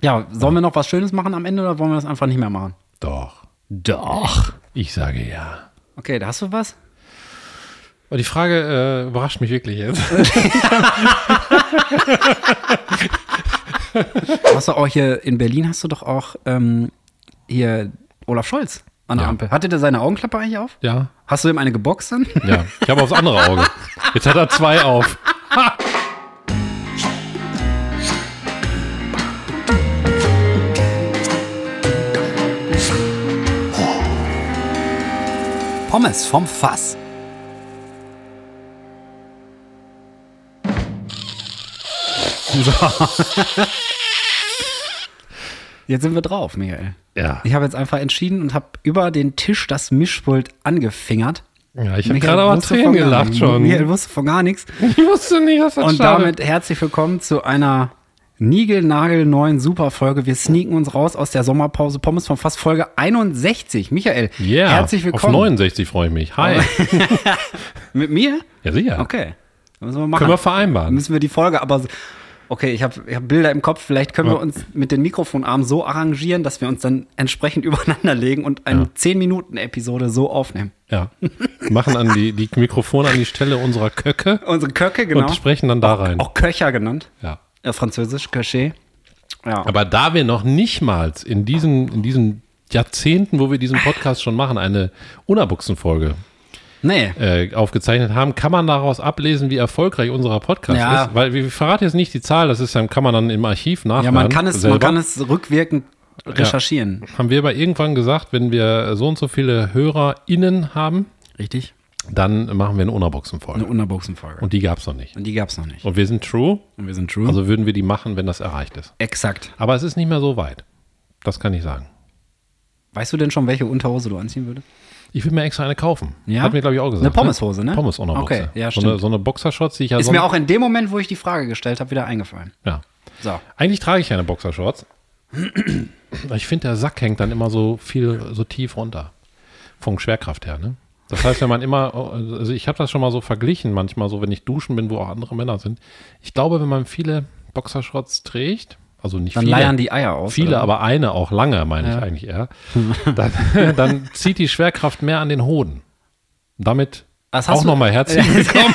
Ja, sollen wir noch was Schönes machen am Ende oder wollen wir das einfach nicht mehr machen? Doch. Doch. Ich sage ja. Okay, da hast du was? Und die Frage äh, überrascht mich wirklich jetzt. Hast du auch hier in Berlin hast du doch auch ähm, hier Olaf Scholz an der Ja. Ampel. Hatte der seine Augenklappe eigentlich auf? ja. Hast du ihm eine geboxt dann? Ja. Ich habe aufs andere Auge. Jetzt hat er zwei auf. Pommes vom Fass. Jetzt sind wir drauf, Michael. Ja. Ich habe jetzt einfach entschieden und habe über den Tisch das Mischpult angefingert. Ja, ich habe Michael gerade aber wusste Tränen von gar gelacht nichts. schon. Michael wusste von gar nichts. Ich wusste nicht, dass das Und schade. damit herzlich willkommen zu einer niegelnagelneuen Superfolge. Wir sneaken uns raus aus der Sommerpause Pommes vom Fass Folge 61. Michael, yeah. herzlich willkommen. Auf 69 freue ich mich. Hi. Mit mir? Ja, sicher. Okay. Dann Müssen wir machen. Können wir vereinbaren. Müssen wir die Folge aber. Okay, ich habe ich hab Bilder im Kopf. Vielleicht können wir uns mit den Mikrofonarmen so arrangieren, dass wir uns dann entsprechend übereinander legen und eine 10-Minuten-Episode so aufnehmen. Ja. Machen an die, die Mikrofone an die Stelle unserer Köcke Unsere Köcke, genau. und sprechen dann da rein. Auch Köcher genannt. Ja. Äh, Französisch, Köcher. Ja. Aber da wir noch nichtmals in diesen, in diesen Jahrzehnten, wo wir diesen Podcast schon machen, eine Unabuchsen-Folge nee. äh, aufgezeichnet haben, kann man daraus ablesen, wie erfolgreich unserer Podcast Ja. ist. Weil wir wir verraten jetzt nicht die Zahl, das ist dann, kann man dann im Archiv nachhören. Ja, man kann, es, selber. man kann es rückwirkend recherchieren. Haben wir aber irgendwann gesagt, wenn wir so und so viele HörerInnen haben, Richtig? dann machen wir eine Unabuchsen-Folge. Eine Unterbuchsenfolge. Und, Und die gab es noch nicht. die gab es noch nicht. Und wir sind true, Und wir sind true. also würden wir die machen, wenn das erreicht ist. Exakt. Aber es ist nicht mehr so weit. Das kann ich sagen. Weißt du denn schon, welche Unterhose du anziehen würdest? Ich will mir extra eine kaufen. Ja? Hat mir, glaube ich, auch gesagt. Eine Pommeshose, ne? Pommes ohne Okay, Boxer. ja, so, stimmt. eine, so eine Boxershorts, die ich ja Ist sonst- mir auch in dem Moment, wo ich die Frage gestellt habe, wieder eingefallen. Ja. So. Eigentlich trage ich keine Boxershorts. Aber ich finde, der Sack hängt dann immer so viel, so tief runter. Von Schwerkraft her, ne? Das heißt, wenn man immer, also ich habe das schon mal so verglichen, manchmal so, wenn ich duschen bin, wo auch andere Männer sind. Ich glaube, wenn man viele Boxershorts trägt, also nicht Dann viele, leiern die Eier aus. viele, oder? aber eine auch lange, meine ich eigentlich eher, dann, dann zieht die Schwerkraft mehr an den Hoden. Damit Das hast auch du- nochmal herzlich willkommen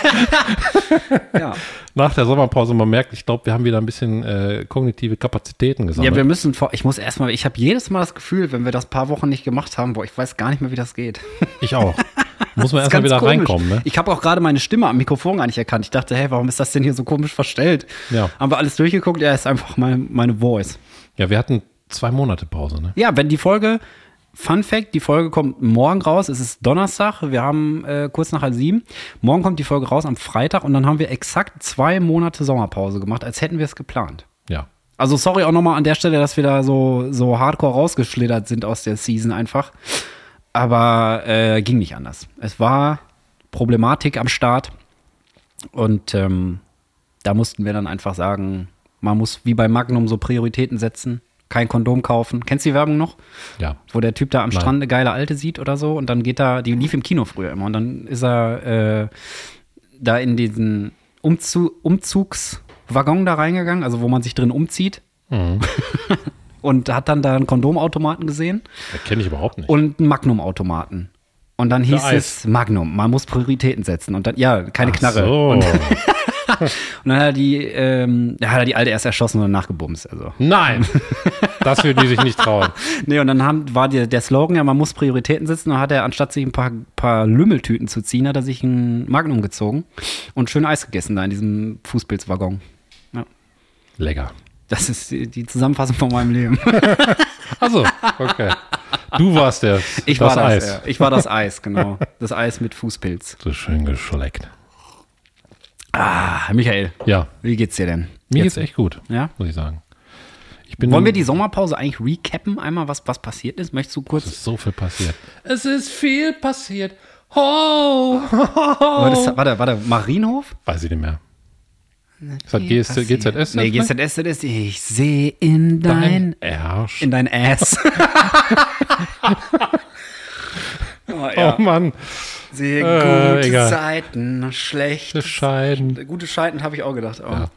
Ja. nach der Sommerpause. Man merkt, ich glaube, wir haben wieder ein bisschen äh, kognitive Kapazitäten ja, gesammelt. wir müssen vor. Ich muss erstmal. Ich habe jedes Mal das Gefühl, wenn wir das paar Wochen nicht gemacht haben, boah, ich weiß gar nicht mehr, wie das geht. ich auch. Muss man Das ist erstmal ganz wieder komisch. reinkommen, ne? Ich habe auch gerade meine Stimme am Mikrofon gar nicht erkannt. Ich dachte, hey, warum ist das denn hier so komisch verstellt? Ja. Haben wir alles durchgeguckt? Ja, ist einfach meine, meine Voice. Ja, wir hatten zwei Monate Pause, ne? Ja, wenn die Folge, Fun Fact, die Folge kommt morgen raus. Es ist Donnerstag. Wir haben äh, kurz nach halb sieben. Morgen kommt die Folge raus am Freitag und dann haben wir exakt zwei Monate Sommerpause gemacht, als hätten wir es geplant. Ja. Also sorry auch nochmal an der Stelle, dass wir da so, so hardcore rausgeschlittert sind aus der Season einfach. Aber äh, ging nicht anders. Es war Problematik am Start. Und ähm, da mussten wir dann einfach sagen, man muss wie bei Magnum so Prioritäten setzen. Kein Kondom kaufen. Kennst du die Werbung noch? Ja. Wo der Typ da am Nein. Strand eine geile Alte sieht oder so. Und dann geht da, die lief im Kino früher immer. Und dann ist er äh, da in diesen Umzu Umzugswaggon da reingegangen, also wo man sich drin umzieht. Mhm. und hat dann da einen Kondomautomaten gesehen Das kenne ich überhaupt nicht. und einen Magnum-Automaten. Und dann hieß Eis. es Magnum, man muss Prioritäten setzen. Und dann, ja, keine Knarre. So. Und dann hat er die, ähm, ja, hat er die Alte erst erschossen und danach gebumst. Also. Nein. Das würden die sich nicht trauen. Nee, und dann haben, war der, der Slogan ja, man muss Prioritäten setzen. Und dann hat er, anstatt sich ein paar, paar Lümmeltüten zu ziehen, hat er sich ein Magnum gezogen und schön Eis gegessen da in diesem Fußpilzwaggon. Lecker. Das ist die, die Zusammenfassung von meinem Leben. Also, okay. Du warst der, Ich war das, das Eis. Ja. Ich war das Eis, genau. Das Eis mit Fußpilz. So schön geschleckt. Ah, Michael, Ja, wie geht's dir denn? mir geht's echt gut, Ja? muss ich sagen. Ich bin Wollen wir die Sommerpause eigentlich recappen, einmal was, was passiert ist? Möchtest du kurz. so viel passiert. Es ist viel passiert. Oh. War das, warte, warte, Marienhof? Weiß ich nicht mehr. Ist das GSZ, GZS? Nee, vielleicht? GZS, das ist. Ich sehe in dein. Dein Arsch. In dein Ass. oh, ja. Oh Mann, Sehe Äh, gute egal. Seiten, schlechte. bescheiden. Äh, oh. Gute Scheiten habe ich auch gedacht. aber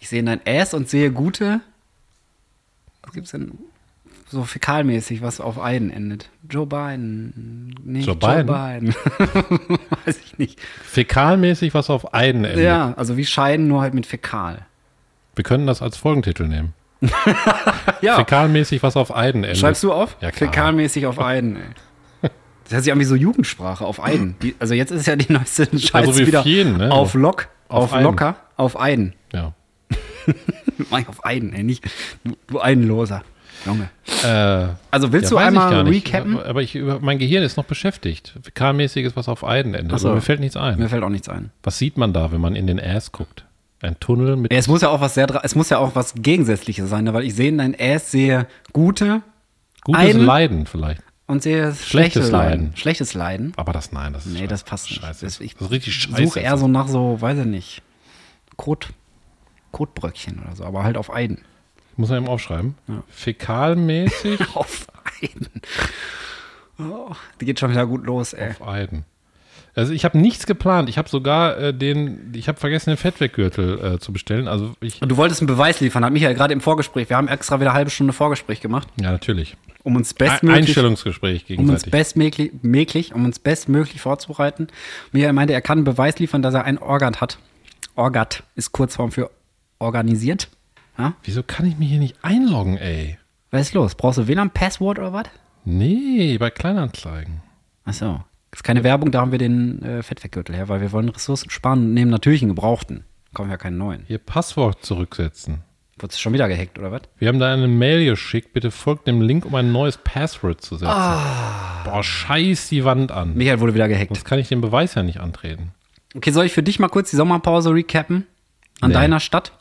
Ich sehe in dein Ass und sehe gute. gibt's denn so fäkalmäßig, was auf einen endet? Joe Biden. Nicht Joe Biden? Biden. Weiß ich nicht. Fäkalmäßig was auf einen endet. Ja, also wie Scheiden, nur halt mit Fäkal. Wir können das als Folgentitel nehmen. Ja, Fäkalmäßig was auf einen endet. schreibst du auf? Ja, klar. Fäkalmäßig auf einen, ey. Das hört sich an wie so Jugendsprache, auf einen. Die, also jetzt ist ja die neueste Scheiß wie wieder vielen, ne? auf Lock, Auf auf, einen. locker, auf einen. Ja. Mach ich auf einen, ey, nicht du, du einloser. Junge. Äh, Also willst ja, du weiß ich einmal gar nicht. recappen? Aber ich, über- mein Gehirn ist noch beschäftigt. Fäkalmäßiges was auf einen endet. Ach so. Aber mir fällt nichts ein. Mir fällt auch nichts ein. Was sieht man da, wenn man in den Ass guckt? Ein Tunnel mit Ja, es muss ja auch was sehr, dra- es muss ja auch was Gegensätzliches sein, ne? weil ich sehe in dein Ass sehe gute gutes ein- Leiden vielleicht. und sehe schlechtes, Schlechtes Leiden. Leiden. Schlechtes Leiden. Aber das nein, das ist Nee, scheiße. das passt nicht. Scheiße. Das- ich das ist richtig scheiße. Suche eher so nach so, weiß ich nicht, Kot, Kotbröckchen oder so, aber halt auf einen. Muss man eben aufschreiben. Fäkalmäßig Auf einen. Oh, die geht schon wieder gut los, ey. auf einen. Also ich habe nichts geplant. Ich habe sogar äh, den, ich habe vergessen, den Fettweggürtel äh, zu bestellen. Also ich, Und du wolltest einen Beweis liefern, hat Michael gerade im Vorgespräch, wir haben extra wieder eine halbe Stunde Vorgespräch gemacht, ja natürlich. um uns Ein bestmöglich Einstellungsgespräch um uns gegenseitig. bestmöglich, möglich, um uns bestmöglich vorzubereiten. Michael meinte, er kann einen Beweis liefern, dass er ein Orgat hat. Orgat ist Kurzform für organisiert. Ja? Wieso kann ich mich hier nicht einloggen, ey? Was ist los? Brauchst du WLAN-Passwort oder was? Nee, bei Kleinanzeigen. Achso. Ist keine Werbung, da haben wir den äh, Fettweggürtel her, weil wir wollen Ressourcen sparen und nehmen natürlich einen gebrauchten. Kommen ja keinen neuen. Ihr Passwort zurücksetzen. Wurdest du schon wieder gehackt oder was? Wir haben da eine Mail geschickt. Bitte folgt dem Link, um ein neues Passwort zu setzen. Ah. Boah, scheiß die Wand an. Michael wurde wieder gehackt. Sonst kann ich den Beweis ja nicht antreten. Okay, soll ich für dich mal kurz die Sommerpause recappen? An Nee. deiner Stadt?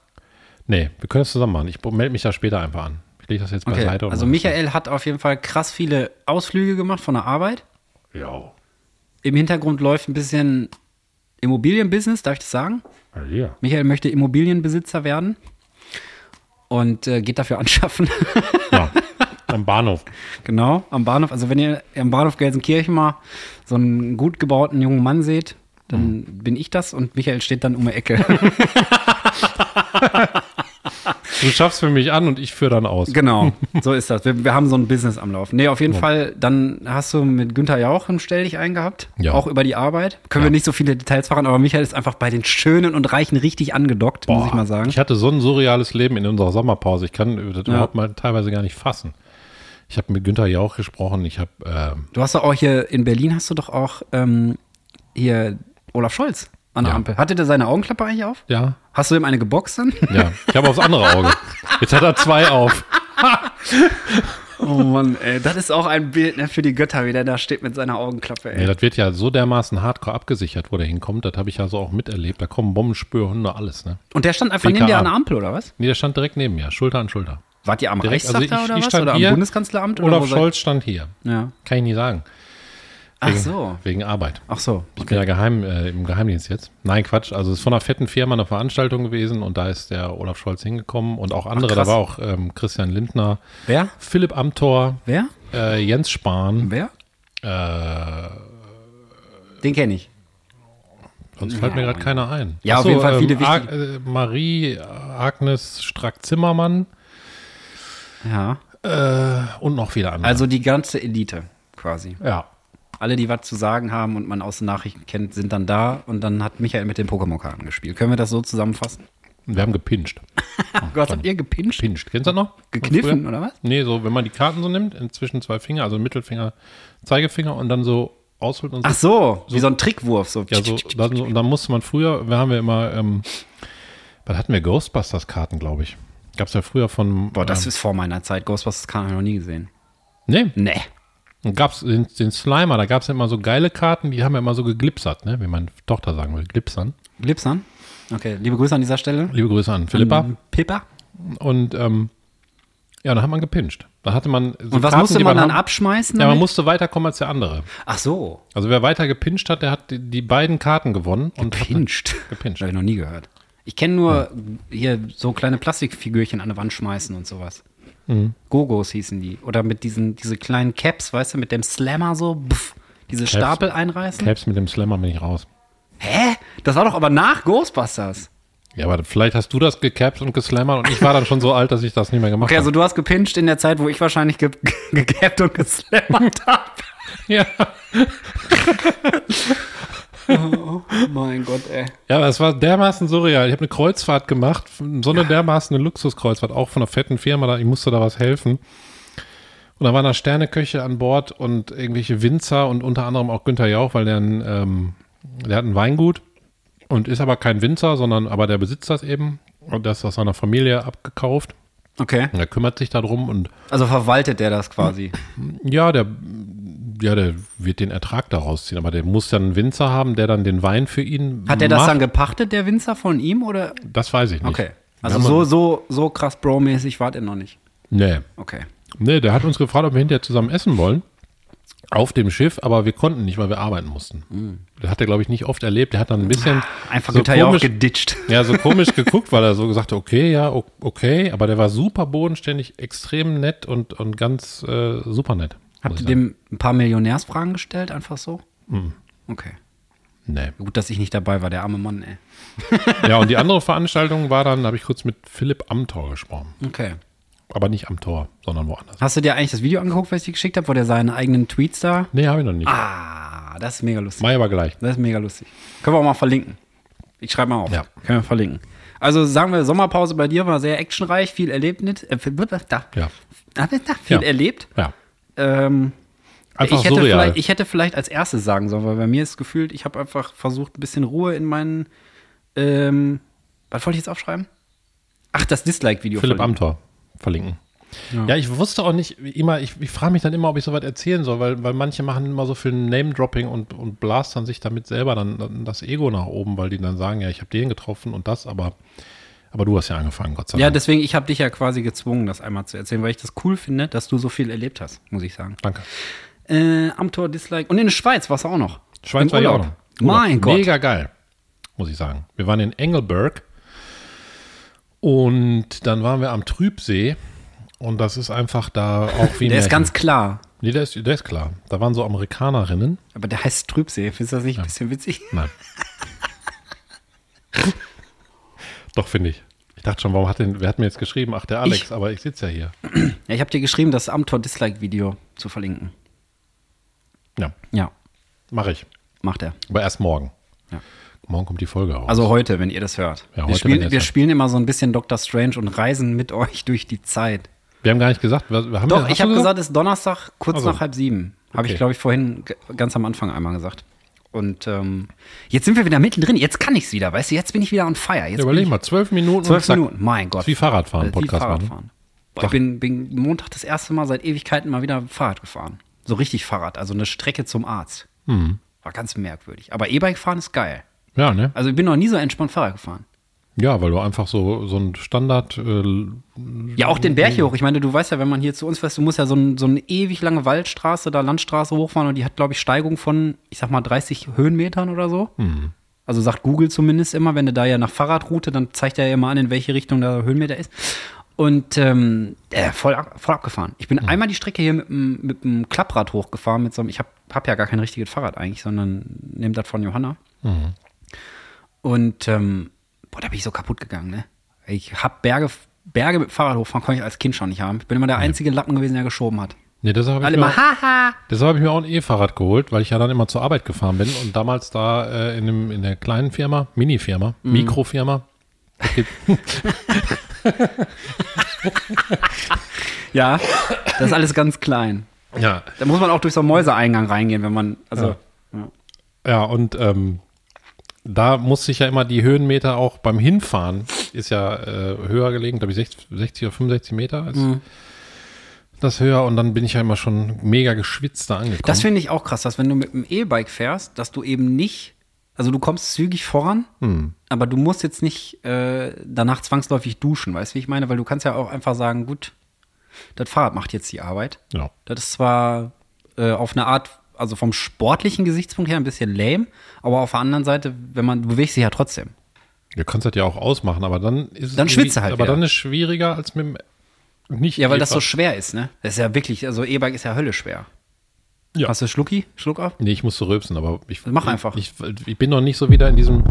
Nee, wir können es zusammen machen. Ich melde mich da später einfach an. Ich lege das jetzt Okay. beiseite. und Also mach das Michael hat auf jeden Fall krass viele Ausflüge gemacht von der Arbeit. dann. Ja. Im Hintergrund läuft ein bisschen Immobilienbusiness, darf ich das sagen? Also ja. Michael möchte Immobilienbesitzer werden und äh, geht dafür anschaffen. ja. Am Bahnhof. genau, am Bahnhof. Also wenn ihr am Bahnhof Gelsenkirchen mal so einen gut gebauten jungen Mann seht, dann bin ich das und Michael steht dann um die Ecke. Du schaffst für mich an und ich führe dann aus. genau, so ist das. Wir, wir haben so ein Business am Laufen. Nee, auf jeden Fall, dann hast du mit Günther Jauch im Stell dich eingehabt, Ja. auch über die Arbeit. Können wir nicht so viele Details machen, aber Michael ist einfach bei den Schönen und Reichen richtig angedockt, muss ich mal sagen. Ich hatte so ein surreales Leben in unserer Sommerpause. Ich kann das überhaupt mal teilweise gar nicht fassen. Ich habe mit Günther Jauch gesprochen. Ich habe ähm, Du hast doch auch hier in Berlin hast du doch auch ähm, hier Olaf Scholz an der Ja. Ampel. Hatte der seine Augenklappe eigentlich auf? ja, Hast du ihm eine geboxt dann? ja. Ich habe aufs andere Auge. Jetzt hat er zwei auf. Oh Mann, ey, das ist auch ein Bild ne, für die Götter, wie der da steht mit seiner Augenklappe, Nee, ey. das wird ja so dermaßen hardcore abgesichert, wo der hinkommt. Das habe ich ja so auch miterlebt. Da kommen Bomben, Spürhunde, alles. Ne? Und der stand einfach BKA. neben dir an der Ampel, oder was? Nee, der stand direkt neben mir, Schulter an Schulter. Wart ihr am Direkt, Reichstag also ich- da oder ich was? stand Oder am hier, Bundeskanzleramt? oder wo Olaf seid- Scholz stand hier. Ja. Kann ich nie sagen. Ach Wegen, so. Wegen Arbeit. Ach so. Ich bin ja geheim, äh, im Geheimdienst jetzt. Nein, Quatsch. Also es ist von einer fetten Firma eine Veranstaltung gewesen und da ist der Olaf Scholz hingekommen und auch andere. da krass. war auch ähm, Christian Lindner, Wer? Philipp Amthor, Wer? äh, Jens Spahn. Wer? Äh, Den kenne ich. äh, sonst fällt mir gerade keiner ein. Ja, Ach auf jeden Fall viele Ag- äh, Marie Agnes Strack-Zimmermann Ja. äh, und noch viele andere. Also die ganze Elite quasi. ja. Alle, die was zu sagen haben und man aus den Nachrichten kennt, sind dann da und dann hat Michael mit den Pokémon-Karten gespielt. Können wir das so zusammenfassen? Wir haben gepinscht. Was habt ihr gepinscht? Pinscht. Kennst du das noch? Gekniffen, Oh Früher? oder was? Nee, so, wenn man die Karten so nimmt, inzwischen zwei Finger, also Mittelfinger, Zeigefinger und dann so ausholt und so Ach so, wie so ein Trickwurf. So. Ja, so, dann, und dann musste man früher, wir haben ja immer, ähm, was hatten wir, Ghostbusters-Karten, glaube ich. Gab es ja früher von. Boah, das ähm, ist vor meiner Zeit. Ghostbusters kann ich noch nie gesehen. Nee, Nee. dann gab's den, den Slimer, da gab es ja immer so geile Karten, die haben ja immer so geglipsert, ne? wie meine Tochter sagen will, glipsern. Glipsern? Okay, liebe Grüße an dieser Stelle. Liebe Grüße an Philippa. Ähm, Pippa. Und ähm, ja, dann hat man gepinscht. Da hatte man. so Und was Karten, musste die man dann haben- abschmeißen? Ja, man damit? musste weiterkommen als der andere. Ach so, Also wer weiter gepinscht hat, der hat die, die beiden Karten gewonnen. und hat- pinscht. Gepinscht. Habe ich noch nie gehört. Ich kenne nur hier so kleine Plastikfigürchen an der Wand schmeißen und sowas. Mhm. Gogos hießen die. Oder mit diesen diese kleinen Caps, weißt du, mit dem Slammer so, pff, diese Stapel einreißen. Selbst mit dem Slammer bin ich raus. Hä? Das war doch aber nach Ghostbusters. Ja, aber vielleicht hast du das gecapped und geslammert und ich war dann schon so alt, dass ich das nicht mehr gemacht Okay, also habe. du hast gepincht in der Zeit, wo ich wahrscheinlich ge gecapped und geslammert habe. Ja. Oh, Mein Gott, ey. ja, aber es war dermaßen surreal. Ich habe eine Kreuzfahrt gemacht, so eine dermaßen eine Luxuskreuzfahrt, auch von einer fetten Firma. Da, ich musste da was helfen. Und da waren da Sterneköche an Bord und irgendwelche Winzer und unter anderem auch Günther Jauch, weil der, ein, ähm, der hat ein Weingut und ist aber kein Winzer, sondern aber der besitzt das eben und das ist aus seiner Familie abgekauft. Okay, Und er kümmert sich darum und also verwaltet der das quasi. Ja, der, ja, der wird den Ertrag daraus ziehen, aber der muss dann einen Winzer haben, der dann den Wein für ihn Hat der das macht. dann gepachtet, der Winzer von ihm oder? Das weiß ich nicht. Okay. Ja, Also man- so, so, so krass Bro-mäßig wart ihr noch nicht. Nee. Okay. nee, der hat uns gefragt, ob wir hinterher zusammen essen wollen. Auf dem Schiff, aber wir konnten nicht, weil wir arbeiten mussten. Das hat er, glaube ich, nicht oft erlebt. Der hat dann ein bisschen Hm. Ah, Einfach so Günther Jauch komisch, geditscht. ja, so komisch geguckt, weil er so gesagt hat, okay, ja, o- okay. Aber der war super bodenständig, extrem nett und, und ganz äh, super nett. Habt muss ihr ich dem ein paar Millionärsfragen gestellt, einfach so? Mhm. Okay. sagen. Nee. Gut, dass ich nicht dabei war, der arme Mann, ey. Ja, und die andere Veranstaltung war dann, habe ich kurz mit Philipp Amthor gesprochen. Okay. Aber nicht am Tor, sondern woanders. Hast du dir eigentlich das Video angeguckt, was ich dir geschickt habe, wo der seine eigenen Tweets da? Nee, habe ich noch nicht. Ah. Ah, das ist mega lustig. Mai aber gleich. Das ist mega lustig. Können wir auch mal verlinken. Ich schreibe mal auf. Ja. Können wir verlinken. Also sagen wir, Sommerpause bei dir war sehr actionreich, viel erlebt. Nicht, äh, viel- da, Ja. da, da, viel Ja. erlebt. Ja. Ähm, Einfach ich, hätte surreal. vielleicht, ich hätte vielleicht als erstes sagen sollen, weil bei mir ist gefühlt, ich habe einfach versucht, ein bisschen Ruhe in meinen. Ähm, was wollte ich jetzt aufschreiben? Ach, das Dislike-Video. Philipp verlinken. Amthor verlinken. Ja. ich wusste auch nicht, wie immer, ich, ich frage mich dann immer, ob ich sowas erzählen soll, weil, weil manche machen immer so viel Name-Dropping und, und blastern sich damit selber dann, dann das Ego nach oben, weil die dann sagen, ja, ich habe den getroffen und das, aber, aber du hast ja angefangen, Gott sei Ja, Dank. deswegen, ich habe dich ja quasi gezwungen, das einmal zu erzählen, weil ich das cool finde, dass du so viel erlebt hast, muss ich sagen. Danke. Äh, Amtor, Dislike. Und in der Schweiz warst du auch noch. Im Schweiz war ja auch Urlaub. noch. Mein Gott. Mega geil, muss ich sagen. Wir waren in Engelberg und dann waren wir am Trübsee und das ist einfach da auch wie Der ist Märchen. ganz klar. Nee, der ist, der ist klar. Da waren so Amerikanerinnen. Aber der heißt Trübsee. Findest du das nicht ein bisschen witzig? Nein. Doch, finde ich. Ich dachte schon, warum hat denn, wer hat mir jetzt geschrieben? Ach, der Alex, Ich. aber ich sitze ja hier. Ja, ich habe dir geschrieben, das Amtor-Dislike-Video zu verlinken. Ja, Ja, mache ich. macht er. Aber erst morgen. Ja. Morgen kommt die Folge raus. Also heute, wenn ihr das hört. Ja, wir heute, wenn ihr spielen, das wir hört. spielen immer so ein bisschen Dr. Strange und reisen mit euch durch die Zeit. wir haben gar nicht gesagt, was, haben wir, Doch, hast ich du habe gesagt, es ist Donnerstag, kurz Also. nach halb sieben. Habe ich, Okay. glaube ich, vorhin g- ganz am Anfang einmal gesagt. Und ähm, jetzt sind wir wieder mittendrin. Jetzt kann ich's wieder, weißt du? Jetzt bin ich wieder on fire. Jetzt Ja, bin Überleg ich- mal, zwölf Minuten und Zwölf zack. Minuten, mein Gott. Äh, Ist wie Fahrradfahren, Wie Podcast machen. Fahrradfahren. Boah, ich bin, bin Montag das erste Mal seit Ewigkeiten mal wieder Fahrrad gefahren. So richtig Fahrrad, also eine Strecke zum Arzt. Mhm. War ganz merkwürdig. Aber E-Bike fahren ist geil. Ja, ne? Also ich bin noch nie so entspannt Fahrrad gefahren. Ja, weil du einfach so, so ein Standard. Äh, Ja, auch den Berg hier hoch. Ich meine, du weißt ja, wenn man hier zu uns fährst, du musst ja so, ein, so eine ewig lange Waldstraße, da Landstraße hochfahren und die hat, glaube ich, Steigung von, ich sag mal, 30 Höhenmetern oder so. Also sagt Google zumindest immer, wenn du da ja nach Fahrradroute, dann zeigt er ja immer an, in welche Richtung der Höhenmeter ist. Und ähm, äh, voll, ab, voll abgefahren. Ich bin einmal die Strecke hier mit dem mit dem Klapprad hochgefahren, mit so einem, ich habe hab ja gar kein richtiges Fahrrad eigentlich, sondern nehme das von Johanna. Und ähm, boah, da bin ich so kaputt gegangen, ne? Ich hab Berge, Berge mit Fahrrad hochfahren, konnte ich als Kind schon nicht haben. Ich bin immer der einzige Lappen gewesen, der geschoben hat. nee, deshalb habe Alle ich, mir immer, auch- haha! deshalb hab ich mir auch ein E-Fahrrad geholt, weil ich ja dann immer zur Arbeit gefahren bin und damals da äh, in, dem, in der kleinen Firma, Mini-Firma, Mikrofirma. das gibt- Ja, das ist alles ganz klein. ja, Da muss man auch durch so einen Mäuseeingang reingehen, wenn man, also, ja. ja, und ähm, da musste ich ja immer die Höhenmeter auch beim Hinfahren, ist ja äh, höher gelegen, glaube ich 60, 60 oder 65 Meter ist das höher und dann bin ich ja immer schon mega geschwitzt da angekommen. Das finde ich auch krass, dass wenn du mit dem E-Bike fährst, dass du eben nicht, also du kommst zügig voran, aber du musst jetzt nicht äh, danach zwangsläufig duschen, weißt du, wie ich meine? Weil du kannst ja auch einfach sagen, gut, das Fahrrad macht jetzt die Arbeit. ja. Das ist zwar äh, auf eine Art, also vom sportlichen Gesichtspunkt her ein bisschen lame, aber auf der anderen Seite, wenn man, du bewegst dich ja trotzdem. Du kannst das ja auch ausmachen, aber dann ist es Dann irgendwie- schwitzt du halt Aber wieder. dann ist schwieriger als mit dem nicht Ja, weil das so E-Fahrrad. schwer ist, ne? Das ist ja wirklich, also E-Bike ist ja Hölle schwer. Ja. Hast du Schlucki? Schluck ab? Nee, ich musste rülpsen, aber ich Mach einfach. Ich, ich bin noch nicht so wieder in diesem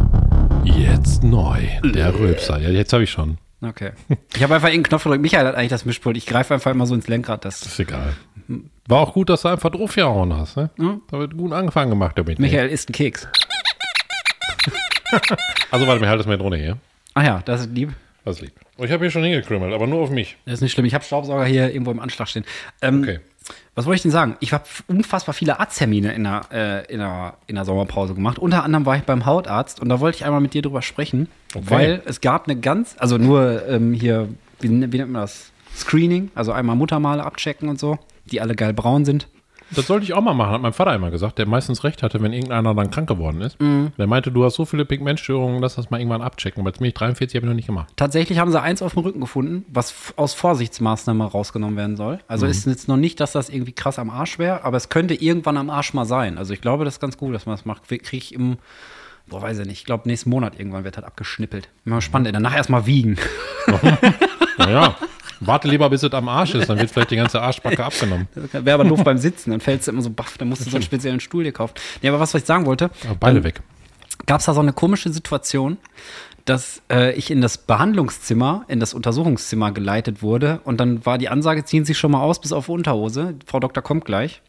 Jetzt neu. Der Röpser. Ja, jetzt habe ich schon. Okay. Ich habe einfach irgendeinen Knopf gedrückt. Michael hat eigentlich das Mischpult. Ich greife einfach immer so ins Lenkrad. Das Ist egal. War auch gut, dass du einfach draufgehauen hast. Ne? Da wird gut angefangen gemacht damit. Michael isst einen Keks. Also warte, mir halt das mehr drunter hier. Ach Ah ja, das ist lieb. Das liegt. Oh, ich habe hier schon hingekrümmelt, aber nur auf mich. Das ist nicht schlimm. Ich habe Staubsauger hier irgendwo im Anschlag stehen. Ähm, Okay. Was wollte ich denn sagen? Ich habe unfassbar viele Arzttermine in der, äh, in, der, in der Sommerpause gemacht. Unter anderem war ich beim Hautarzt und da wollte ich einmal mit dir drüber sprechen, Okay. weil es gab eine ganz, also nur ähm, hier, wie, wie nennt man das? Screening, also einmal Muttermale abchecken und so, die alle geil braun sind. Das sollte ich auch mal machen, hat mein Vater immer gesagt, der meistens recht hatte, wenn irgendeiner dann krank geworden ist. Mhm. Der meinte, du hast so viele Pigmentstörungen, lass das mal irgendwann abchecken. Aber jetzt bin ich 43, habe ich noch nicht gemacht. Tatsächlich haben sie eins auf dem Rücken gefunden, was f- aus Vorsichtsmaßnahmen rausgenommen werden soll. Also ist jetzt noch nicht, dass das irgendwie krass am Arsch wäre, aber es könnte irgendwann am Arsch mal sein. Also ich glaube, das ist ganz gut, dass man das macht. Kriege ich im, boah, weiß ich nicht, ich glaube, nächsten Monat irgendwann wird halt abgeschnippelt. Bin Mal spannend, ey. danach erstmal wiegen. Naja, warte lieber, bis es am Arsch ist, dann wird vielleicht die ganze Arschbacke abgenommen. Wäre aber doof beim Sitzen, dann fällst du immer so baff, dann musst du so einen speziellen Stuhl dir kaufen. Nee, aber was, was ich sagen wollte, Aber beide weg. gab es da so eine komische Situation, dass äh, ich in das Behandlungszimmer, in das Untersuchungszimmer geleitet wurde und dann war die Ansage, ziehen Sie sich schon mal aus bis auf Unterhose, Frau Doktor kommt gleich.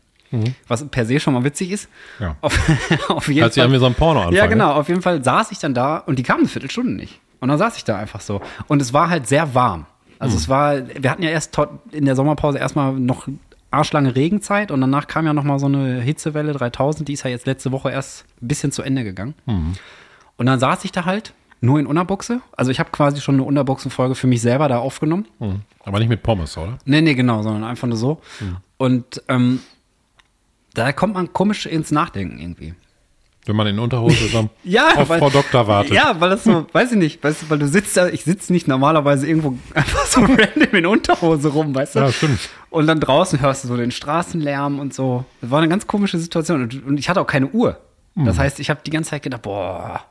Was per se schon mal witzig ist. Mhm. Ja. Auf, auf jeden Als sie Fall. an mir so ein Porno anfangen. Ja, genau. Auf jeden Fall saß ich dann da und die kamen eine Viertelstunde nicht. Und dann saß ich da einfach so. Und es war halt sehr warm. Also es war, wir hatten ja erst tot- in der Sommerpause erstmal noch arschlange Regenzeit und danach kam ja nochmal so eine Hitzewelle 3000, die ist ja jetzt letzte Woche erst ein bisschen zu Ende gegangen. Und dann saß ich da halt nur in Unterbuchse. Also ich habe quasi schon eine Unterbuchsenfolge für mich selber da aufgenommen. Hm. Aber nicht mit Pommes, oder? Nee, nee, genau, sondern einfach nur so. Und ähm, da kommt man komisch ins Nachdenken irgendwie. Wenn man in Unterhose so Ja, auf Frau Doktor wartet. Ja, weil das so, weiß ich nicht, weißt du, weil du sitzt da, ich sitze nicht normalerweise irgendwo einfach so random in Unterhose rum, weißt du? Ja, stimmt. Und dann draußen hörst du so den Straßenlärm und so. Das war eine ganz komische Situation und, und ich hatte auch keine Uhr. Mhm. Das heißt, ich habe die ganze Zeit gedacht, boah.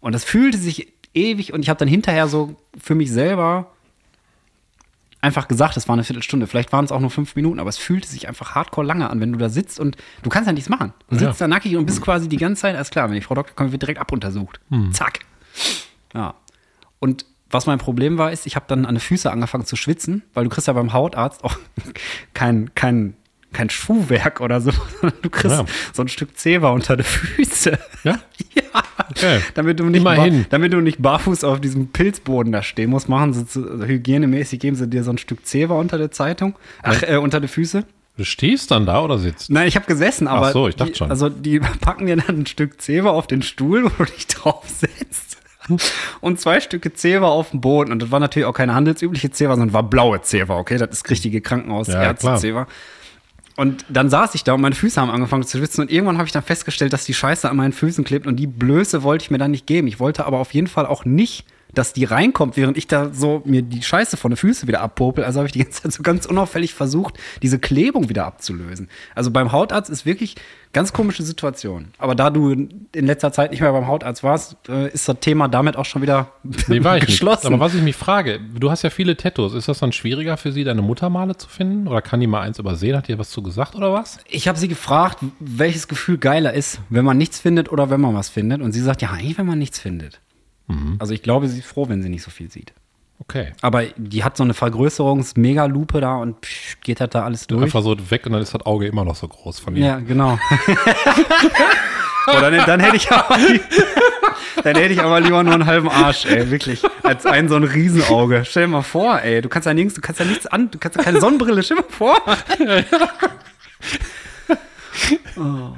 Und das fühlte sich ewig und ich habe dann hinterher so für mich selber einfach gesagt, es war eine Viertelstunde, vielleicht waren es auch nur fünf Minuten, aber es fühlte sich einfach hardcore lange an, wenn du da sitzt und du kannst ja nichts machen. Du Ja. sitzt da nackig und bist quasi die ganze Zeit, alles klar, wenn die Frau Doktor kommt, wird direkt abuntersucht. Hm. Zack. Ja. Und was mein Problem war, ist, ich habe dann an den Füßen angefangen zu schwitzen, weil du kriegst ja beim Hautarzt auch kein, kein, kein Schuhwerk oder so, sondern du kriegst Ja. so ein Stück Zewa unter die Füße. Ja? Ja. Okay. Damit du, nicht Immerhin. bar- damit du nicht barfuß auf diesem Pilzboden da stehen musst, machen sie zu, also hygienemäßig geben sie dir so ein Stück Zewa unter der Zeitung, ach, äh, unter die Füße. Du stehst dann da oder sitzt? Nein, ich habe gesessen, aber so, ich dachte die, schon. also die packen dir dann ein Stück Zewa auf den Stuhl, wo du dich drauf setzt. Hm. Und zwei Stücke Zewa auf dem Boden. Und das war natürlich auch keine handelsübliche Zewa, sondern war blaue Zewa, okay? Das ist richtige Ja, klar. Krankenhausärzte-Zewa. Und dann saß ich da und meine Füße haben angefangen zu schwitzen. Und irgendwann habe ich dann festgestellt, dass die Scheiße an meinen Füßen klebt. Und die Blöße wollte ich mir dann nicht geben. Ich wollte aber auf jeden Fall auch nicht, dass die reinkommt, während ich da so mir die Scheiße von den Füßen wieder abpopel. Also habe ich die ganze Zeit so ganz unauffällig versucht, diese Klebung wieder abzulösen. Also beim Hautarzt ist wirklich ganz komische Situation. Aber da du in letzter Zeit nicht mehr beim Hautarzt warst, äh, ist das Thema damit auch schon wieder Nee, war ich geschlossen. nicht. Aber was ich mich frage, du hast ja viele Tattoos. Ist das dann schwieriger für sie, deine Muttermale zu finden? Oder kann die mal eins übersehen? Hat die was zu gesagt oder was? ich habe sie gefragt, welches Gefühl geiler ist, wenn man nichts findet oder wenn man was findet. Und sie sagt, ja, eigentlich, wenn man nichts findet. Also ich glaube, sie ist froh, wenn sie nicht so viel sieht. Okay. Aber die hat so eine Vergrößerungs-Megalupe da und psch, geht halt da alles durch. Einfach so weg und dann ist das Auge immer noch so groß von ihr. Ja, genau. Oder dann, dann hätte ich aber li- dann hätte ich aber lieber nur einen halben Arsch, ey, wirklich, als ein so ein Riesenauge. Stell dir mal vor, ey, du kannst ja nirgends, du kannst ja nichts an, du kannst ja keine Sonnenbrille, stell dir mal vor. Oh,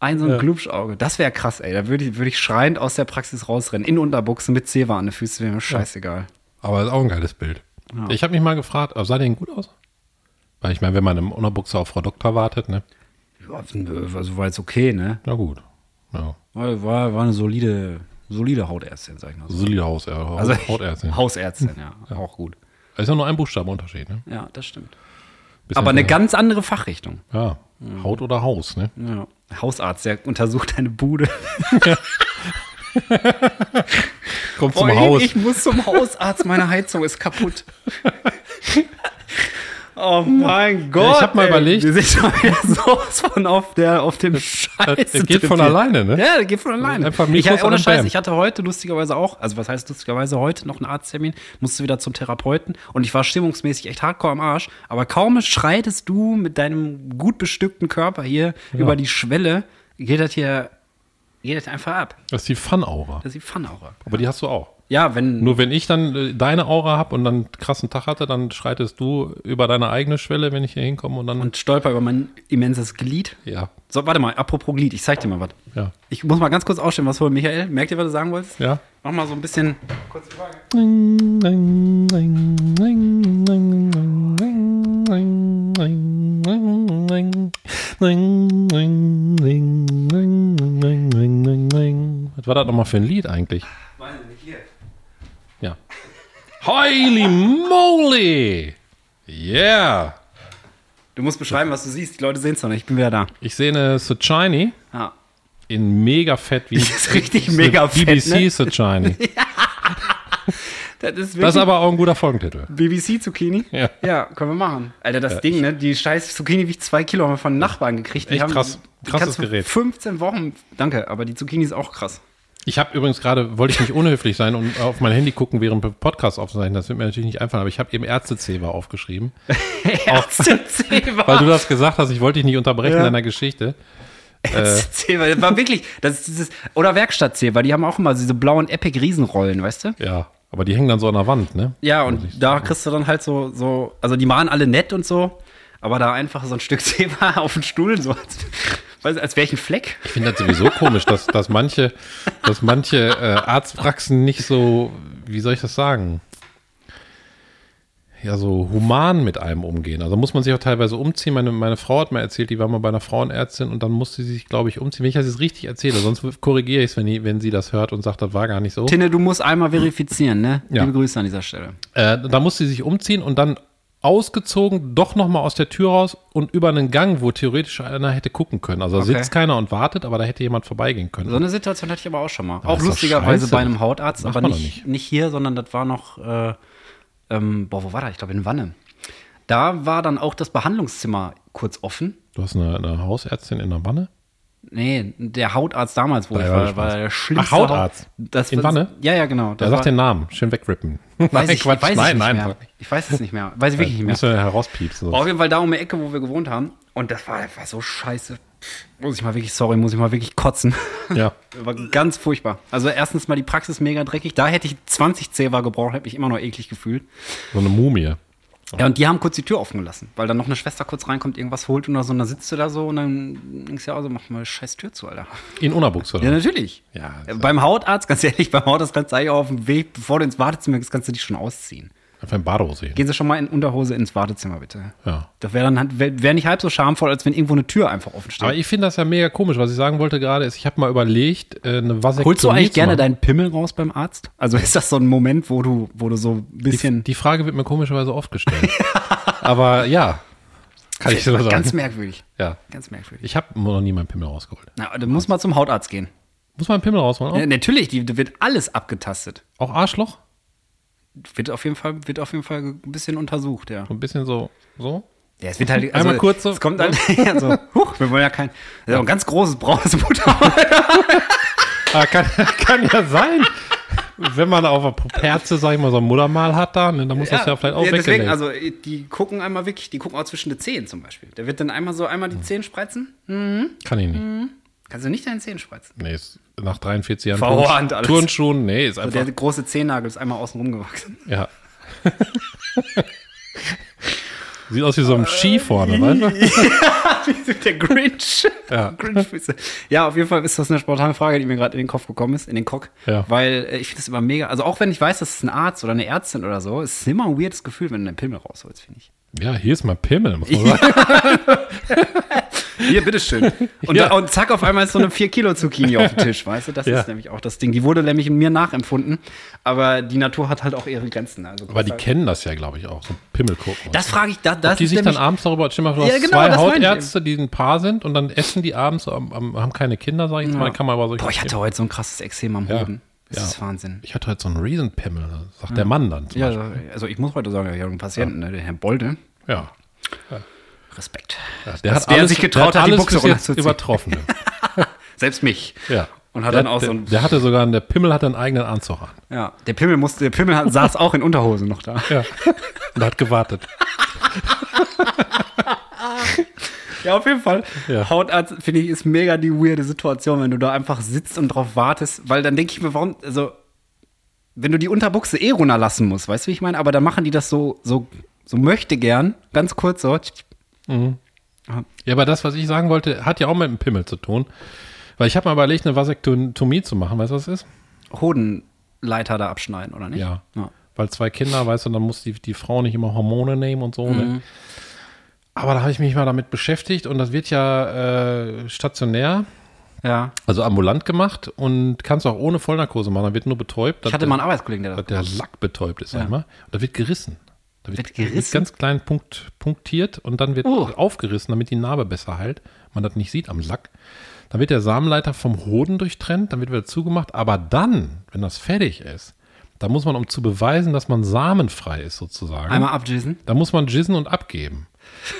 Ein so ein Glubschauge, das wäre krass, ey. Da würde ich, würde ich schreiend aus der Praxis rausrennen, in Unterbuchsen mit Zewa an den Füßen, wäre mir scheißegal. Aber ist auch ein geiles Bild. Ich habe mich mal gefragt, aber sah der denn gut aus? Weil ich meine, wenn man im Unterbuchse auf Frau Doktor wartet, ne? Ja, nö, also war jetzt okay, ne? Na gut. Ja. War, war, war eine solide, solide Hautärztin, sag ich mal so. Solide Haus, ja. Also Hautärztin. Hausärztin, ja, Auch gut. Ist ja nur ein Buchstabenunterschied, ne? Ja, das stimmt. Bisschen Aber eine Hm. kleiner. ganz andere Fachrichtung. Ja. Haut oder Haus, ne? Ja. Hausarzt, der untersucht deine Bude. Kommt Oh, zum ich- Haus. Ich muss zum Hausarzt, meine Heizung ist kaputt. Oh mein Gott. ich hab mal ey. überlegt- Wir sind schon wieder sowas von auf, der, auf dem Scheiß. das geht von alleine, ne? Ja, das geht von alleine. Einfach ich, Mikros und ohne dann Scheiß, bam. ich hatte heute lustigerweise auch, also was heißt lustigerweise heute noch einen Arzttermin, musste wieder zum Therapeuten und ich war stimmungsmäßig echt hardcore am Arsch. Aber kaum schreitest du mit deinem gut bestückten Körper hier über die Schwelle, geht das hier geht das einfach ab. Das ist die Fun-Aura. Das ist die Pfannaura. Aber die hast du auch. Ja, wenn. Nur wenn ich dann äh, deine Aura habe und dann einen krassen Tag hatte, dann schreitest du über deine eigene Schwelle, wenn ich hier hinkomme und dann. und stolper über mein immenses Glied. ja, So, warte mal, apropos Glied, ich zeig dir mal was. ja, Ich muss mal ganz kurz ausstellen, was holen. Michael, merkt ihr, was du sagen wolltest? ja. Mach mal so ein bisschen. Was war das nochmal für ein Lied eigentlich? Ja. Holy moly! Yeah! Du musst beschreiben, was du siehst. Die Leute sehen es noch nicht. Ich bin wieder da. Ah. Ich sehe eine Suchini Ja. in mega fett wie. Die ist richtig mega fett, BBC ne? Suchini. Das ist wirklich Das ist aber auch ein guter Folgentitel. BBC-Zucchini. Ja. können wir machen. Alter, das Ding, ne? Die scheiß Zucchini wiegt zwei Kilo, haben wir von den Nachbarn gekriegt. Die Echt haben, krass. die Krasses kannst du Gerät. 15 Wochen. Danke, aber die Zucchini ist auch krass. Ich habe übrigens gerade, wollte ich nicht unhöflich sein und auf mein Handy gucken, während wir Podcast aufzeichnen. Das wird mir natürlich nicht einfallen, aber ich habe eben Ärztezähler aufgeschrieben. Weil du das gesagt hast, ich wollte dich nicht unterbrechen Ja. in deiner Geschichte. Äh. Zeber, das war wirklich, das ist dieses, oder Werkstattzeber, die haben auch immer diese blauen Epic-Riesenrollen, weißt du? Ja. Aber die hängen dann so an der Wand, ne? Ja, und da kriegst du dann halt so, so, also die malen alle nett und so, aber da einfach so ein Stück Zeber auf den Stuhl, so als, weiß, als wäre ich ein Fleck. Ich finde das sowieso komisch, dass, dass manche, dass manche äh, Arztpraxen nicht so, wie soll ich das sagen? Ja, so human mit einem umgehen. Also muss man sich auch teilweise umziehen. Meine, meine Frau hat mir erzählt, die war mal bei einer Frauenärztin und dann musste sie sich, glaube ich, umziehen. Wenn ich das jetzt richtig erzähle, sonst korrigiere ich es, wenn, die- wenn sie das hört und sagt, das war gar nicht so. Tinne, du musst einmal verifizieren, ne? Ja. Liebe Grüße an dieser Stelle. Äh, da musste sie sich umziehen und dann ausgezogen, doch nochmal aus der Tür raus und über einen Gang, wo theoretisch einer hätte gucken können. Also da Okay. sitzt keiner und wartet, aber da hätte jemand vorbeigehen können. So eine Situation hatte ich aber auch schon mal. ist auch doch lustigerweise scheiße. bei einem Hautarzt, Macht aber man doch nicht, nicht. nicht. hier, sondern das war noch, äh, ähm, boah, wo war das? Ich glaube in Wanne. Da war dann auch das Behandlungszimmer kurz offen. Du hast eine, eine Hausärztin in der Wanne? Nee, der Hautarzt damals, wo Da ich war war, Spaß. war der schlimmste. Ach, Hautarzt. Hau- Das In war- Wanne? Ja, ja, genau. Da Das sagt war- den Namen. Schön wegrippen. weiß ich, weiß ich nein, nicht nein. mehr. Ich weiß es nicht mehr. Weiß ich wirklich nicht mehr. Müssen wir herauspiepsen. Auf jeden Fall da um die Ecke, wo wir gewohnt haben. Und das war einfach so scheiße. Muss ich mal wirklich, sorry, muss ich mal wirklich kotzen. Ja. War ganz furchtbar. Also erstens mal die Praxis mega dreckig. Da hätte ich 20 Zewa gebraucht, hätte mich immer noch eklig gefühlt. So eine Mumie. Ja, und die haben kurz die Tür offen gelassen, weil dann noch eine Schwester kurz reinkommt, irgendwas holt oder so, und dann sitzt du da so und dann denkst du ja auch so, mach mal scheiß Tür zu, Alter. In Unabuchs, oder? Ja, ne? natürlich. Ja, Äh, beim Hautarzt, ganz ehrlich, beim Hautarzt kannst du eigentlich auch auf dem Weg, bevor du ins Wartezimmer gehst, kannst du dich schon ausziehen. Einfach im Bado sehen. Gehen Sie schon mal in Unterhose ins Wartezimmer, bitte. Ja. Das wäre dann halt, wär, wär nicht halb so schamvoll, als wenn irgendwo eine Tür einfach offen steht. Aber ich finde das ja mega komisch. Was ich sagen wollte gerade ist, ich habe mal überlegt, äh, eine Vasektomie Holst du eigentlich zu gerne machen. deinen Pimmel raus beim Arzt? Also ist das so ein Moment, wo du, wo du so ein bisschen. Die Frage wird mir komischerweise oft gestellt. Aber ja, kann ich so sagen. ganz merkwürdig. ja. Ganz merkwürdig. Ich habe noch nie meinen Pimmel rausgeholt. Na, du musst mal zum Hautarzt gehen. Muss mein Pimmel rausholen? Auch, Ja, natürlich, die, die wird alles abgetastet. auch Arschloch? Wird auf jeden Fall, wird auf jeden Fall ein bisschen untersucht, ja. So ein bisschen so. so? Ja, es wird halt. Einmal kurz so. ne? Es kommt halt. Ja, so, huch, wir wollen ja kein. Das ist auch ein ganz großes braunes Butter. Ah, kann, kann ja sein. Wenn man auf der Puperze, sag ich mal, so ein Muttermal hat da, ne, dann muss das ja vielleicht auch deswegen, weggelegt. also die gucken einmal wirklich, die gucken auch zwischen den Zehen zum Beispiel. Der wird dann einmal so einmal die Zehen spreizen. also- kann ich nicht. Mhm. Kannst du nicht deinen Zehen spreizen. Nee, ist nach 43 Jahren Verhornt Turnschu- alles. Turnschuhen, nee, ist Der einfach, große Zehennagel ist einmal außen rumgewachsen. ja. Sieht aus wie so ein Ski vorne, weißt du? der Grinch. Ja. Grinch-Füße. Ja, auf jeden Fall ist das eine spontane Frage, die mir gerade in den Kopf gekommen ist, in den Kock. Ja. Weil äh, ich finde es immer mega. Also auch wenn ich weiß, dass es ein Arzt oder eine Ärztin oder so, ist es immer ein weirdes Gefühl, wenn du deinen Pimmel rausholst, finde ich. Ja, hier ist mein Pimmel, muss man sagen. Hier, bitteschön. Und, Ja. und zack, auf einmal ist so eine 4 Kilo Zucchini auf dem Tisch, weißt du? Das Ja. ist nämlich auch das Ding. Die wurde nämlich in mir nachempfunden, aber die Natur hat halt auch ihre Grenzen. Also Aber die kennen das ja, glaube ich, auch, so Pimmel gucken. das frage ich, da, das die ist sich dann nämlich, abends darüber, stell mal, vor, du Ja, hast genau, zwei das meine ich Hautärzte, die ein Paar sind und dann essen die abends, so am, am, haben keine Kinder, sag also ich jetzt mal, dann kann man aber solche Boah, ich hatte heute so ein krasses Exem am Ja. Hoden. Das Ja. ist Wahnsinn. Ich hatte halt so einen Riesenpimmel, sagt der Mann dann. Zum Ja, Beispiel. also ich muss heute sagen, ich habe einen Patienten, ne, den Herrn Bolde. ja. Respekt. Der Dass der sich getraut hat, die alles Buchse bis jetzt runterzuziehen. übertroffen. ja. Selbst mich. Ja. Und hat der, dann auch so der, ein- der hatte sogar einen, der Pimmel hatte einen eigenen Anzug an. Ja, der Pimmel musste, der Pimmel hat, saß auch in Unterhosen noch da. Ja. Und hat gewartet. Ja, auf jeden Fall. Ja. Hautarzt, finde ich, ist mega die weirde Situation, wenn du da einfach sitzt und drauf wartest, weil dann denke ich mir, warum, also, wenn du die Unterbuchse eh runterlassen musst, weißt du, wie ich meine? Aber dann machen die das so, so, so möchte gern, ganz kurz so. Mhm. Ja, aber das, was ich sagen wollte, hat ja auch mit dem Pimmel zu tun. Weil ich habe mal überlegt, eine Vasektomie zu machen. Weißt du, was das ist? Hodenleiter da abschneiden, oder nicht? Ja. Weil zwei Kinder, weißt du, dann muss die, die Frau nicht immer Hormone nehmen und so. Mhm. Ne? Aber da habe ich mich mal damit beschäftigt und das wird ja äh, stationär, Ja. also ambulant gemacht und kannst auch ohne Vollnarkose machen. Da wird nur betäubt. Ich hatte mal einen Arbeitskollegen, der dass das der Lack betäubt ist einmal. Und da wird gerissen. Da wird, Wird gerissen? Oh. ganz klein punkt, punktiert und dann wird aufgerissen, damit die Narbe besser heilt. Man das nicht sieht am Lack. Dann wird der Samenleiter vom Hoden durchtrennt, dann wird wieder zugemacht. Aber dann, wenn das fertig ist, da muss man, um zu beweisen, dass man samenfrei ist sozusagen. Einmal abjissen. Da muss man jizzen und abgeben.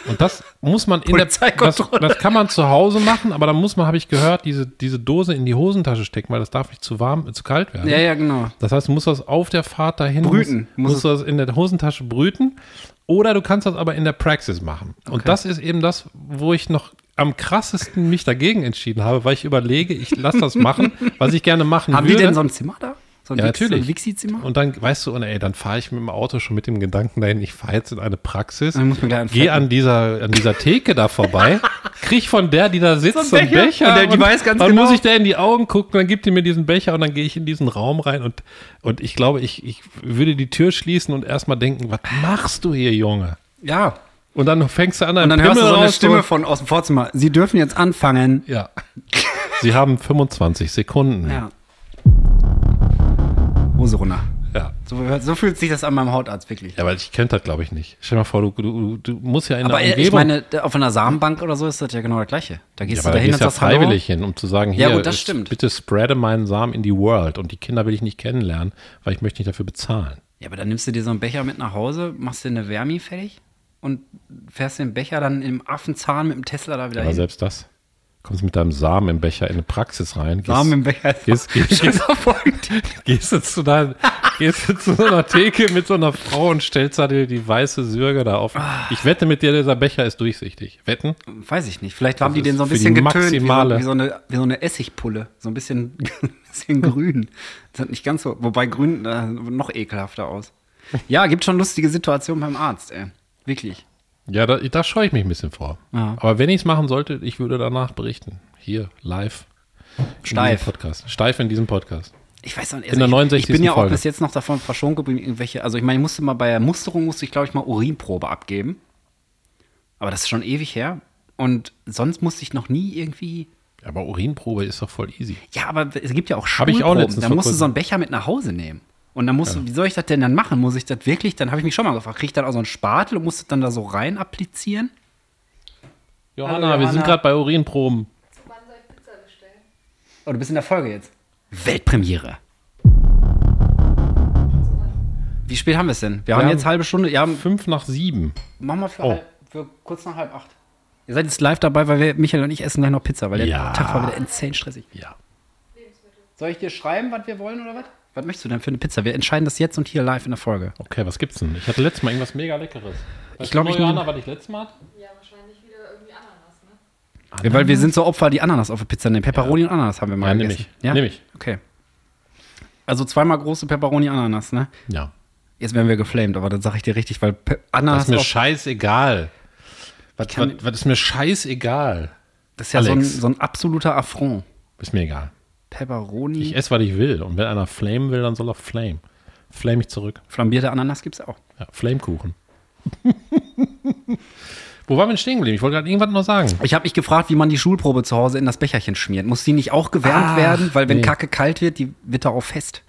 Und das muss man in der das, Polizeikontrolle. das kann man zu Hause machen, aber da muss man, habe ich gehört, diese, diese Dose in die Hosentasche stecken, weil das darf nicht zu warm, äh, zu kalt werden. Ja, ja, genau. Das heißt, du musst das auf der Fahrt dahin Brüten. Musst, Muss musst du das in der Hosentasche brüten oder du kannst das aber in der Praxis machen. Und das ist eben das, wo ich noch am krassesten mich dagegen entschieden habe, weil ich überlege, ich lasse das machen, was ich gerne machen Haben würde. die denn so ein Zimmer da? So ein ja, Wix- so ein natürlich. Wixi-Zimmer? Und dann, weißt du, und ey, dann fahre ich mit dem Auto schon mit dem Gedanken dahin, ich fahre jetzt in eine Praxis, Dann muss man gleich gehe an dieser, an dieser Theke da vorbei, krieg von der, die da sitzt, So so einen einen Becher. Becher, und der- die weiß ganz dann genau. muss ich der in die Augen gucken, dann gibt die mir diesen Becher und dann gehe ich in diesen Raum rein und, und ich glaube, ich, ich würde die Tür schließen und erstmal denken, was machst du hier, Junge? Ja. Und dann fängst du an, Und dann hörst du so eine Stimme von von aus dem Vorzimmer. Sie dürfen jetzt anfangen. Ja. Sie haben 25 Sekunden. Ja. Hose runter. ja. So, so fühlt sich das an meinem Hautarzt wirklich. Ja, weil ich könnte das, glaube ich, nicht. Stell dir mal vor, du, du, du musst ja in Aber der äh, Umgebung. ich meine, da- auf einer Samenbank oder so ist das ja genau das Gleiche. Da gehst ja, du aber da dahin gehst und ja sagst freiwillig hin, um zu sagen, hier, Ja, gut, das es- stimmt. bitte spreade meinen Samen in die World und die Kinder will ich nicht kennenlernen, weil ich möchte nicht dafür bezahlen. Hallo. Ja, aber dann nimmst du dir so einen Becher mit nach Hause, machst dir eine Wärmi fertig und fährst den Becher dann im Affenzahn mit dem Tesla da wieder Aber hin. selbst das, kommst mit deinem Samen im Becher in eine Praxis rein, gehst, Samen im Becher. gehst, gehst, Schon gehst, verfolgt. gehst, jetzt zu deiner, gehst jetzt zu so einer Theke mit so einer Frau und stellst da dir die weiße Sürge da auf. Ich wette mit dir, dieser Becher ist durchsichtig. Wetten? Weiß ich nicht. Vielleicht haben die ist den so ein Also für die bisschen getönt, wie so, maximale- wie, so eine, wie so eine Essigpulle. So ein bisschen, bisschen grün. Das hat nicht ganz so. Wobei grün äh, noch ekelhafter aus. Ja, gibt schon lustige Situationen beim Arzt, ey. Wirklich. Ja, da, da scheue ich mich ein bisschen vor. Ja. Aber wenn ich es machen sollte, ich würde danach berichten. Hier, live. In Steif. diesem Podcast. Steif in diesem Podcast. Ich weiß auch nicht. In der ich- 69. Ich bin ja auch Folge. bis jetzt noch davon verschont geblieben, irgendwelche. Also ich meine, ich musste mal bei der Musterung, musste ich glaube ich mal Urinprobe abgeben. Aber das ist schon ewig her. Und sonst musste ich noch nie irgendwie. Aber Urinprobe ist doch voll easy. Ja, aber es gibt ja auch Hab ich auch Schulproben. letztens Da vor musst du kurzem. so einen Becher mit nach Hause nehmen. Und dann musst du, wie soll ich das denn dann machen? Muss ich das wirklich? Dann habe ich mich schon mal gefragt, kriege ich dann auch so einen Spatel und muss das dann da so rein applizieren? Johanna, Hallo, wir sind Johanna. gerade bei Urinproben. Wann soll Also ich Pizza bestellen? Oh, du bist in der Folge jetzt. Weltpremiere. Wie spät haben wir es denn? Wir, haben haben jetzt halbe Stunde. Ja, Fünf nach sieben. Machen wir für, Oh. halb, für kurz nach halb acht. Ihr seid jetzt live dabei, weil wir, Michael und ich essen gleich noch Pizza, weil der Ja. Tag war wieder insane stressig. Ja. Soll ich dir schreiben, was wir wollen oder was? Was möchtest du denn für eine Pizza? Wir entscheiden das jetzt und hier live in der Folge. Okay, was gibt's denn? Ich hatte letztes Mal irgendwas mega Leckeres. Weißt glaub, du noch, ich nehm- Johanna, was ich letztes Mal hatte? Ja, wahrscheinlich wieder irgendwie Ananas, ne? Ja, weil wir sind so Opfer, die Ananas auf der Pizza nehmen. Pepperoni und Ananas haben wir mal Ja, nehm gegessen. ich. Nehm ich. Okay. Also zweimal große Pepperoni-Ananas, ne? Ja. Jetzt werden wir geflamed, aber das sage ich dir richtig, weil Pe Das Ananas ist mir auf- scheißegal. Was, was, kann- was ist mir scheißegal? das ist ja so ein, Alex. so ein absoluter Affront. Ist mir egal. Ich Pepperoni, esse, was ich will. Und wenn einer flamen will, dann soll er flame. Flame ich zurück. flambierte Ananas gibt es auch. Ja, Flamekuchen. Wo waren wir denn stehen geblieben? Ich wollte gerade irgendwas noch sagen. Ich habe mich gefragt, wie man die Schulprobe zu Hause in das Becherchen schmiert. Muss die nicht auch gewärmt Ach, werden? Weil wenn nee. Kacke kalt wird, die wird darauf fest.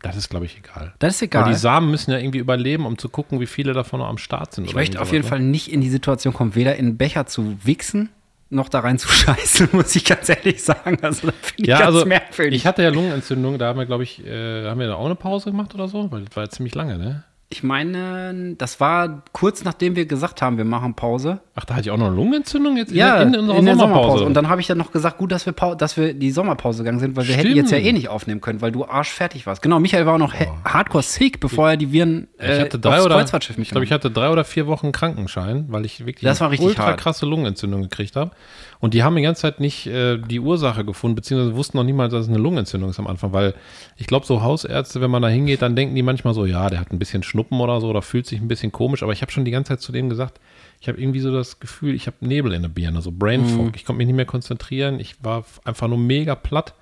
Das ist, glaube ich, egal. Das ist Weil egal. die Samen müssen ja irgendwie überleben, um zu gucken, wie viele davon noch am Start sind. Ich möchte auf ne? jeden Fall nicht in die Situation kommen, weder in den Becher zu wichsen, noch da rein zu scheißen, muss ich ganz ehrlich sagen. Also das finde ich Ja, ganz also merkwürdig. ich hatte ja Lungenentzündung, da haben wir, glaube ich, äh, haben wir da auch eine Pause gemacht oder so, weil das war ja ziemlich lange, ne? Ich meine, das war kurz nachdem wir gesagt haben, wir machen Pause. Ach, da hatte ich auch noch eine Lungenentzündung jetzt in Ja, der- in, unserer der Sommerpause. Und dann habe ich dann noch gesagt, gut, dass wir, Pau- dass wir die Sommerpause gegangen sind, weil wir hätten Stimmt. jetzt ja eh nicht aufnehmen können, weil du arschfertig warst. Genau, Michael war auch noch he- hardcore sick, bevor er die Viren äh, ich hatte drei aufs oder Kreuzfahrtschiff ich glaube, ich hatte drei oder vier Wochen Krankenschein, weil ich wirklich Das war richtig ultra hart. krasse Lungenentzündung gekriegt habe. Und die haben die ganze Zeit nicht äh, die Ursache gefunden, beziehungsweise wussten noch niemals, dass es eine Lungenentzündung ist am Anfang, weil ich glaube, so Hausärzte, wenn man da hingeht, dann denken die manchmal so, ja, der hat ein bisschen Schnuppen oder so oder fühlt sich ein bisschen komisch. Aber ich habe schon die ganze Zeit zu dem gesagt, ich habe irgendwie so das Gefühl, ich habe Nebel in der Birne, so Mhm. Brain Fog. Ich konnte mich nicht mehr konzentrieren. Ich war f- einfach nur mega platt.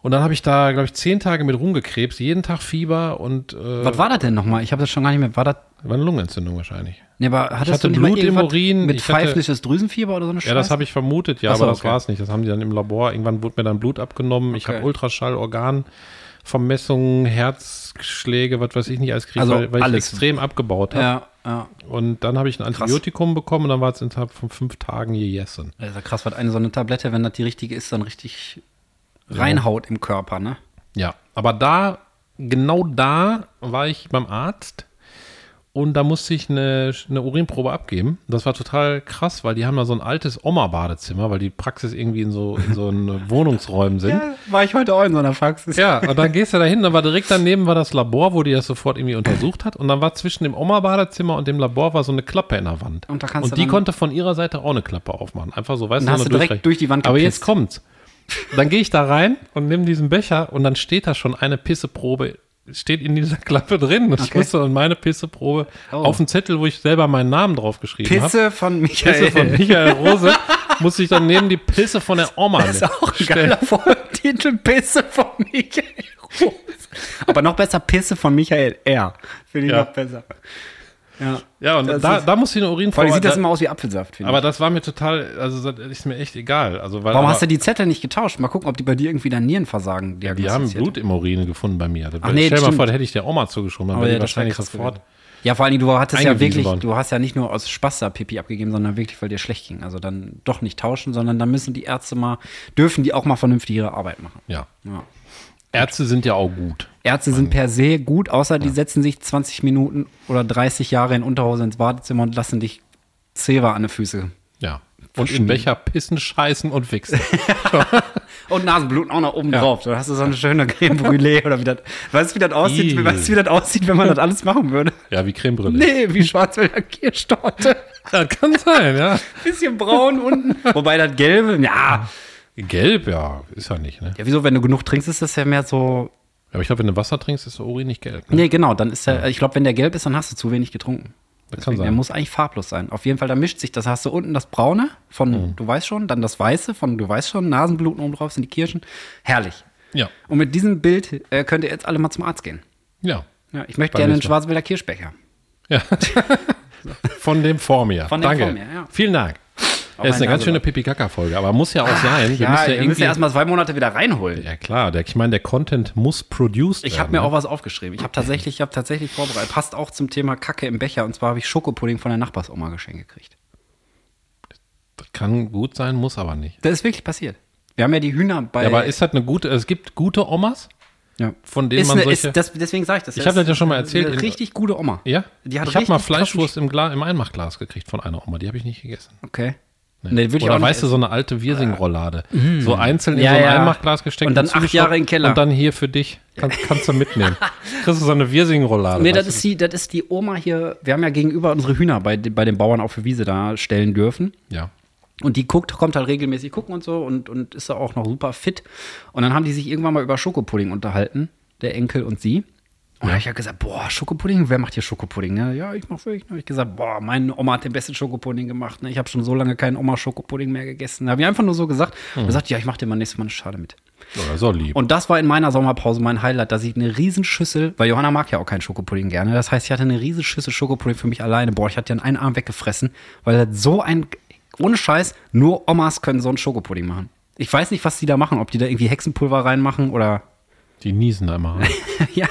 Und dann habe ich da, glaube ich, zehn Tage mit rumgekrebst, jeden Tag Fieber und äh, Was war das denn nochmal? Ich habe das schon gar nicht mehr. War das. war eine Lungenentzündung wahrscheinlich. Nee, aber hattest du hatte nicht mal Blut im irgendwas Urin, Mit ich hatte- pfeifnisches Drüsenfieber oder so eine Scheiße? Ja, das habe ich vermutet, ja, Ach so, aber das okay. war es nicht. Das haben die dann im Labor. Irgendwann wurde mir dann Blut abgenommen. Ich Okay. habe Ultraschall, Organvermessungen, Herzschläge, was weiß ich nicht alles gekriegt, Also weil, weil alles. ich extrem abgebaut habe. Ja, ja. Und dann habe ich ein Antibiotikum bekommen und dann war es innerhalb von fünf Tagen gegessen. Das ist ja krass, was eine so eine Tablette, wenn das die richtige ist, dann richtig reinhaut im Körper, ne? Ja, aber da, genau da war ich beim Arzt und da musste ich eine, eine Urinprobe abgeben. Das war total krass, weil die haben da so ein altes Oma-Badezimmer, weil die Praxis irgendwie in so, in so einen Wohnungsräumen sind. war ich heute auch in so einer Praxis. Ja, und dann gehst du da hin, dann war direkt daneben war das Labor, wo die das sofort irgendwie untersucht hat. Und dann war zwischen dem Oma-Badezimmer und dem Labor war so eine Klappe in der Wand. Und da kannst du die dann- konnte von ihrer Seite auch eine Klappe aufmachen. Einfach so, weißt Dann so hast eine du direkt Durchreich- durch die Wand Aber gepisst. jetzt kommt's. Dann gehe ich da rein und nimm diesen Becher und dann steht da schon eine Pisseprobe, steht in dieser Klappe drin. Und ich Okay. musste dann meine Pisseprobe Oh. auf einen Zettel, wo ich selber meinen Namen draufgeschrieben habe. Pisse von Michael. Pisse von Michael Rose, musste ich dann neben die Pisse von der Oma Das ist auch ein geiler Folgentitel, Pisse von Michael Rose. Aber noch besser, Pisse von Michael R. Finde ich Ja. noch besser. Ja. Ja, und Das da, ist- da musste ich eine Vor Urinprobe. allem sieht das da- immer aus wie Apfelsaft, finde Aber ich. das war mir total, also das ist mir echt egal. Also, weil, Warum aber hast du die Zettel nicht getauscht? Mal gucken, ob die bei dir irgendwie dann Nierenversagen die haben diagnostiziert Blut im Urin gefunden bei mir. Das Ach nee, Stell dir mal stimmt. vor, da hätte ich der Oma zugeschoben, dann Aber wäre ja, die das wär wahrscheinlich krass sofort. Ja, vor allen Dingen, du hattest ja Eingewiesen wirklich, worden. du hast ja nicht nur aus Spaß da Pipi abgegeben, sondern wirklich, weil dir schlecht ging. Also dann doch nicht tauschen, sondern dann müssen die Ärzte mal, dürfen die auch mal vernünftig ihre Arbeit machen. Ja. Ja. Ärzte sind ja auch gut. Ärzte sind per se gut, außer die setzen sich 20 Minuten oder 30 Jahre in Unterhose ins Badezimmer und lassen dich Zewa an die Füße. Ja. Und in welcher Pissen, Scheißen und Wichsen. Und Nasenbluten auch noch oben Ja. drauf. Dann hast du so eine schöne Creme Brûlée oder wie das. Weißt du, wie das aussieht? Ih. Weißt du, wie das aussieht, wenn man das alles machen würde? Ja, wie Cremebrille. Nee, wie Schwarzwälder Kirschtorte. Das kann sein, ja. Bisschen braun unten. Wobei das Gelbe, ja. Gelb, ja, ist ja nicht, ne? Ja, wieso, wenn du genug trinkst, ist das ja mehr so. Aber ich glaube, wenn du Wasser trinkst, ist der Urin nicht gelb. Ne? Nee, genau, dann ist der. Ich glaube, wenn der gelb ist, dann hast du zu wenig getrunken. Das kann Der sein. muss eigentlich farblos sein. Auf jeden Fall, da mischt sich das. Hast du unten das Braune von Mhm. Du weißt schon, dann das Weiße von Du weißt schon, Nasenbluten oben drauf sind die Kirschen. Herrlich. Ja, Und mit diesem Bild äh, könnt ihr jetzt alle mal zum Arzt gehen. ja. Ja, ich möchte Beim gerne einen nächsten Mal. Schwarzwälder Kirschbecher. ja. Von dem vor mir. Von dem Danke. vor mir, ja. Vielen Dank. Auf Das ist meine eine ganz Nase schöne drauf. Pipi-Kaka-Folge, aber muss ja auch sein. Wir Ah, ja, wir müssen ja müssen irgendwie ja erstmal zwei Monate wieder reinholen. Ja klar, der, ich meine, der Content muss produced Ich werden. habe mir ne? auch was aufgeschrieben. Ich habe tatsächlich, ich hab tatsächlich vorbereitet. Passt auch zum Thema Kacke im Becher. Und zwar habe ich Schokopudding von der Nachbarsoma geschenkt gekriegt. Das kann gut sein, muss aber nicht. Das ist wirklich passiert. Wir haben ja die Hühner bei. Ja, aber ist halt eine gute, es gibt gute Omas, ja. von denen ist man eine, solche... ist, das, deswegen sage ich das. Ich hab das ja schon mal erzählt. Eine richtig gute Oma. ja? Die hat ich habe mal richtig krassen Fleischwurst im, Gla, im Einmachglas gekriegt von einer Oma, die habe ich nicht gegessen. Okay. Nee, würd ich auch Oder nicht Mhm. weißt du, so eine alte Wirsing-Rollade. So einzeln in Ja, so ein ja. Einmachglas gesteckt. Und dann zugeschraubt acht Jahre in den Keller. Und dann hier für dich, kann, kannst du mitnehmen. Kriegst du so eine Wirsing-Rollade. Nee, das weißt ist, die, das ist die Oma hier. Wir haben ja gegenüber unsere Hühner bei, bei den Bauern auf der Wiese da stellen dürfen. du? Ja. Und die guckt, kommt halt regelmäßig gucken und so und, und ist da auch noch super fit. Und dann haben die sich irgendwann mal über Schokopudding unterhalten, der Enkel und sie. Und da hab ich ja gesagt, boah, Schokopudding, wer macht hier Schokopudding? Ne? Ja, ich mach wirklich. Dann hab ich gesagt, boah, meine Oma hat den besten Schokopudding gemacht. Ne? Ich habe schon so lange keinen Oma-Schokopudding mehr gegessen. Da habe ich einfach nur so gesagt und gesagt, ja, ich mache dir mal nächstes Mal eine Schale mit. Oder so lieb. Und das war in meiner Sommerpause mein Highlight, dass ich eine Riesenschüssel, weil Johanna mag ja auch keinen Schokopudding gerne. Das heißt, ich hatte eine Riesenschüssel Schokopudding für mich alleine. Boah, ich hatte den einen Arm weggefressen, weil das so ein, ohne Scheiß, nur Omas können so einen Schokopudding machen. Ich weiß nicht, was die da machen, ob die da irgendwie Hexenpulver reinmachen oder, die niesen da immer. ja,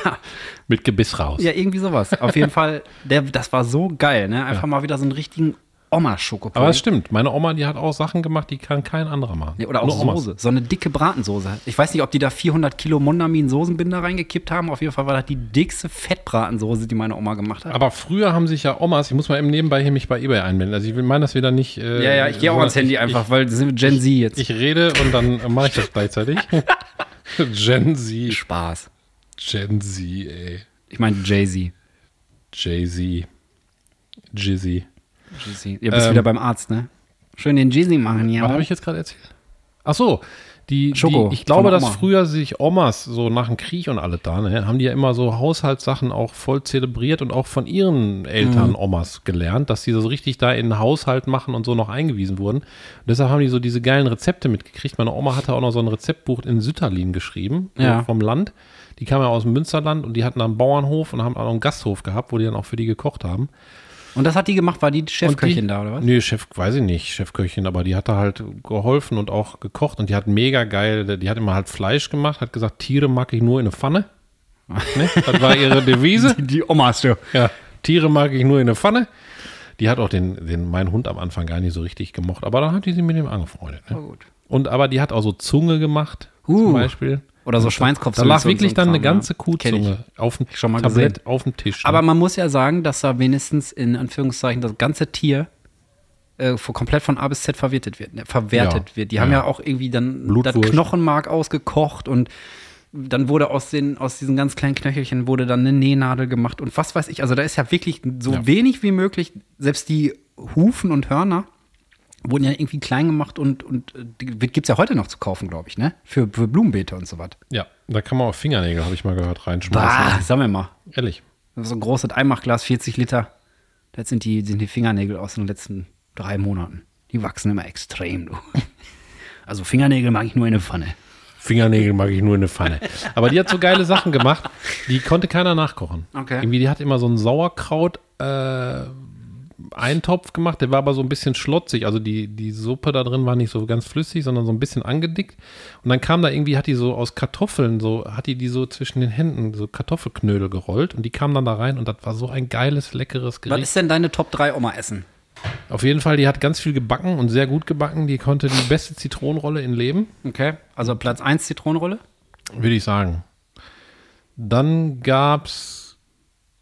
Mit Gebiss raus. ja, irgendwie sowas. Auf jeden Fall, der, das war so geil, ne? Einfach mal wieder so einen richtigen Oma Schokopulver. Aber es stimmt, meine Oma, die hat auch Sachen gemacht, die kann kein anderer machen. Ja, Oder auch Nur Omas. Soße. So eine dicke Bratensoße. Ich weiß nicht, ob die da 400 Kilo Mondamin Soßenbinder reingekippt haben. Auf jeden Fall war das die dickste Fettbratensoße, die meine Oma gemacht hat. Aber früher haben sich ja Omas, ich muss mal eben nebenbei hier mich bei Ebay einmelden. Also ich will- meine das wieder nicht. äh, ja, ja, ich gehe auch sondern ans Handy ich- einfach, weil das sind Gen Z jetzt. Ich, ich rede und dann äh, mache ich das gleichzeitig. Gen Z. Spaß. Gen Z, ey. Ich meine Jay-Z. Jay-Z. Jizzy. Jay-Z. Ihr bist Ähm. wieder beim Arzt, ne? Schön den Jay-Z machen hier. Was habe ich jetzt gerade erzählt? Ach so, die, Schoko die ich glaube, von dass Oma. früher sich Omas so nach dem Krieg und alle da, ne, haben die ja immer so Haushaltssachen auch voll zelebriert und auch von ihren Eltern Mhm. Omas gelernt, dass die so richtig da in den Haushalt machen und so noch eingewiesen wurden. Und deshalb haben die so diese geilen Rezepte mitgekriegt. Meine Oma hatte auch noch so ein Rezeptbuch in Sütterlin geschrieben, so Ja. vom Land. Die kam ja aus dem Münsterland und die hatten da einen Bauernhof und haben auch noch einen Gasthof gehabt, wo die dann auch für die gekocht haben. Und das hat die gemacht, war die Und Chefköchin die- da, oder was? Nee, Chef, weiß ich nicht, Chefköchin, aber die hat da halt geholfen und auch gekocht und die hat mega geil, die hat immer halt Fleisch gemacht, hat gesagt, Tiere mag ich nur in eine Pfanne. ne? Das war ihre Devise. Die Oma ist ja. Ja, Tiere mag ich nur in eine Pfanne. Die hat auch den, den meinen Hund am Anfang gar nicht so richtig gemocht, aber dann hat die sich mit ihm angefreundet. Ne? Oh, gut. Und aber die hat auch so Zunge gemacht, zum Uh. Beispiel. Oder so Da Schweinskopfsülze. lag und so ein wirklich dann Kram, eine ganze ja. Kenn ich. Kuhzunge auf dem Schon mal Tablett, gesehen. auf dem Tisch. ne? Aber man muss ja sagen, dass da wenigstens in Anführungszeichen das ganze Tier äh, vor- komplett von A bis Z verwertet wird. Ne? Verwertet Ja. wird. Die haben ja Ja. auch irgendwie dann das Blutwurst. Knochenmark ausgekocht und dann wurde aus, den, aus diesen ganz kleinen Knöchelchen wurde dann eine Nähnadel gemacht und was weiß ich. Also da ist ja wirklich so Ja. wenig wie möglich, selbst die Hufen und Hörner wurden ja irgendwie klein gemacht und, und äh, die gibt es ja heute noch zu kaufen, glaube ich, ne? Für, für Blumenbeete und so was. ja, da kann man auch Fingernägel, habe ich mal gehört, reinschmeißen. Bah, sagen wir mal. Ehrlich. So ein großes Einmachglas, 40 Liter. Das sind die, sind die Fingernägel aus den letzten drei Monaten. Die wachsen immer extrem, du. Also Fingernägel mag ich nur in eine Pfanne. Fingernägel mag ich nur in eine Pfanne. Aber die hat so geile Sachen gemacht, die konnte keiner nachkochen. Okay. Irgendwie, die hat immer so einen Sauerkraut äh, Eintopf gemacht, der war aber so ein bisschen schlotzig, also die, die Suppe da drin war nicht so ganz flüssig, sondern so ein bisschen angedickt und dann kam da irgendwie, hat die so aus Kartoffeln, so hat die die so zwischen den Händen, so Kartoffelknödel gerollt und die kam dann da rein und das war so ein geiles, leckeres Was Gericht. ist denn deine Top 3 Oma-Essen? Auf jeden Fall, die hat ganz viel gebacken und sehr gut gebacken, die konnte die beste Zitronenrolle in Leben. Okay. Also Platz 1 Zitronenrolle? Würde ich sagen. Dann gab's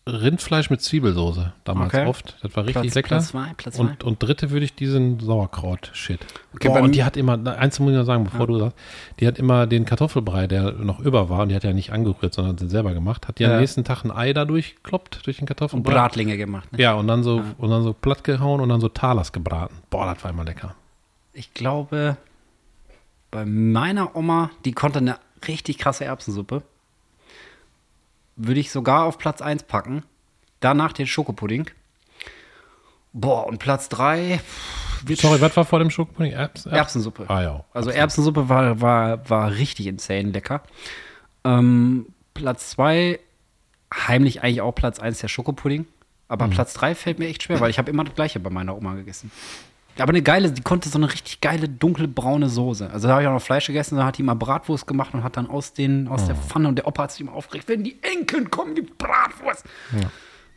Rindfleisch mit Zwiebelsoße damals Okay. oft. Das war richtig Platz- lecker. Platz zwei, Platz zwei. Und, und dritte würde ich diesen Sauerkraut-Shit. Okay, Boah, bei und mir- die hat immer, na, eins muss ich noch sagen, bevor du sagst, die hat immer den Kartoffelbrei, der noch über war, und die hat ja nicht angerührt, sondern hat den selber gemacht, hat die Ja. am nächsten Tag ein Ei dadurch gekloppt, durch den Kartoffelbrei. Bratlinge gemacht. Ne? Ja, und dann so, und dann so platt gehauen und dann so Talas gebraten. Boah, das war immer lecker. Ich glaube, bei meiner Oma, die konnte eine richtig krasse Erbsensuppe. Würde ich sogar auf Platz 1 packen. Danach den Schokopudding. Boah, und Platz 3 wird Sorry, was war vor dem Schokopudding? Erbs, Erbs? Erbsensuppe. Ah, ja. Also Erbsensuppe war, war, war richtig insane lecker. Ähm, Platz 2, heimlich eigentlich auch Platz 1 der Schokopudding. Aber Mhm. Platz 3 fällt mir echt schwer, weil ich habe immer das gleiche bei meiner Oma gegessen. Aber eine geile, die konnte so eine richtig geile dunkelbraune Soße. Also da habe ich auch noch Fleisch gegessen, dann hat die mal Bratwurst gemacht und hat dann aus, den, aus Mhm. der Pfanne und der Opa hat sich immer aufgeregt, wenn die Enkeln kommen, gibt Bratwurst.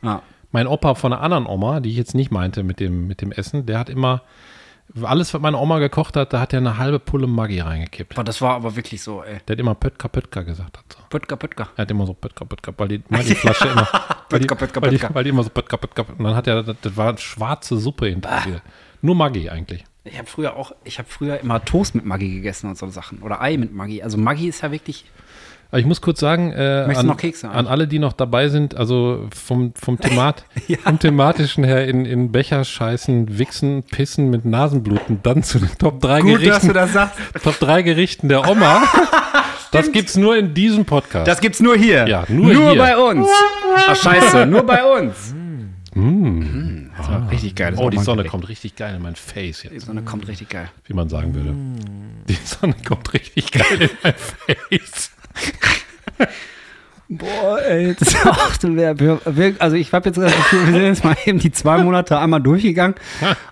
Ja. Mein Opa von einer anderen Oma, die ich jetzt nicht meinte mit dem, mit dem Essen, der hat immer alles, was meine Oma gekocht hat, da hat er eine halbe Pulle Maggi reingekippt. Boah, das war aber wirklich so, ey. Der hat immer Pötka Pötka gesagt. Hat so. Pötka, Pötka. Er hat immer so Pötka Pötka, weil die Maggi-Flasche immer. Weil die, Pötka, Pötka, weil, die, Pötka. weil die immer so Pötka Pötka. Und dann hat er, das, das war eine schwarze Suppe Ah. hinter dir. Nur Maggi eigentlich. Ich habe früher auch, ich habe früher immer Toast mit Maggi gegessen und so Sachen. Oder Ei mit Maggi. Also Maggi ist ja wirklich. Aber ich muss kurz sagen, äh, Möchtest an, du noch Kekse haben? an alle, die noch dabei sind, also vom, vom, Themat, vom thematischen her in, in Becher scheißen, wichsen, pissen mit Nasenbluten, dann zu den Top 3 Gerichten. das sagst. Top 3 Gerichten der Oma. das gibt's nur in diesem Podcast. Das gibt's nur hier. Ja, nur hier. bei uns. Ach scheiße, nur bei uns. Mm. Das war richtig geil. das oh, war die mal Sonne geil. kommt richtig geil in mein Face Die jetzt, Sonne kommt richtig geil. wie man sagen würde. Die Sonne kommt richtig geil in mein Face. Boah, Oh, ey. Das ist auch, so, wir, wir, wir- also ich habe jetzt das Gefühl, wir sind jetzt mal eben die zwei Monate einmal durchgegangen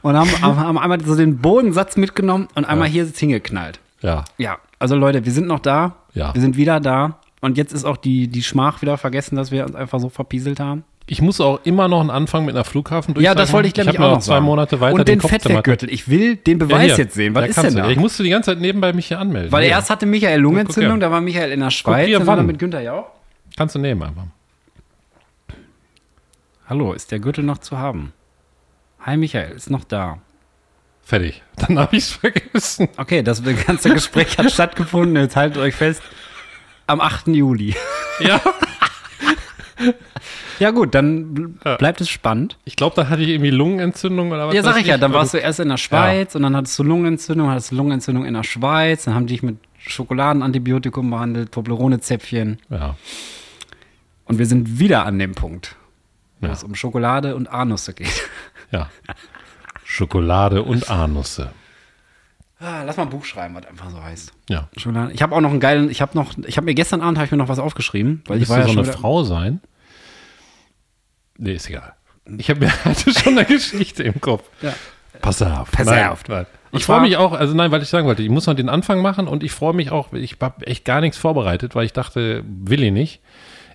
und haben, haben, haben einmal so den Bodensatz mitgenommen und einmal hier jetzt hingeknallt. Ja, Ja, also Leute, wir sind noch da. Ja. Wir sind wieder da. Und jetzt ist auch die, die Schmach wieder vergessen, dass wir uns einfach so verpieselt haben. Ich muss auch immer noch einen Anfang mit einer Flughafen Ja, das wollte ich, Ich glaube habe ich, auch noch noch zwei sagen. Monate weiter Und den, Kopf zermartert. Fettwerkgürtel. Ich will den Ja, Beweis hier. jetzt sehen. Was Da ist kannst denn du. da? Ich musste die ganze Zeit nebenbei mich hier anmelden. Weil ja. erst hatte Michael Guck Lungenentzündung, her. da war Michael in der Schweiz, hier, dann war er wann? mit Günther Jauch. Kannst du nehmen einfach. Hallo, ist der Gürtel noch zu haben? Hi Michael, ist noch da. Fertig. Dann habe ich es vergessen. Okay, das ganze Gespräch hat stattgefunden. Jetzt haltet euch fest. Am 8. Juli. Ja. Ja gut, dann bl- Ja. bleibt es spannend. Ich glaube, da hatte ich irgendwie Lungenentzündung oder was. Ja, sag weiß ich ja, dann weil warst du erst in der Schweiz und dann hattest du Lungenentzündung, hattest du Lungenentzündung in der Schweiz, dann haben die dich mit Schokoladenantibiotikum behandelt, Toblerone-Zäpfchen. Ja. Und wir sind wieder an dem Punkt, wo Ja. es um Schokolade und Anüsse geht. ja. Schokolade und Anusse. Ah, Lass mal ein Buch schreiben, was einfach so heißt. Ja. Schokolade. Ich habe auch noch einen geilen, ich habe noch, ich habe mir gestern Abend habe ich mir noch was aufgeschrieben, weil ich Willst war du ja so schon eine wieder, Frau sein? Nee, ist egal. Ich hab, mir- hatte schon eine Geschichte im Kopf. Ja. Pass auf. Pass nein, auf. Nein. Und Ich freue zwar- mich auch, also nein, weil ich sagen wollte, ich muss noch den Anfang machen und ich freue mich auch, ich habe echt gar nichts vorbereitet, weil ich dachte, will ich nicht.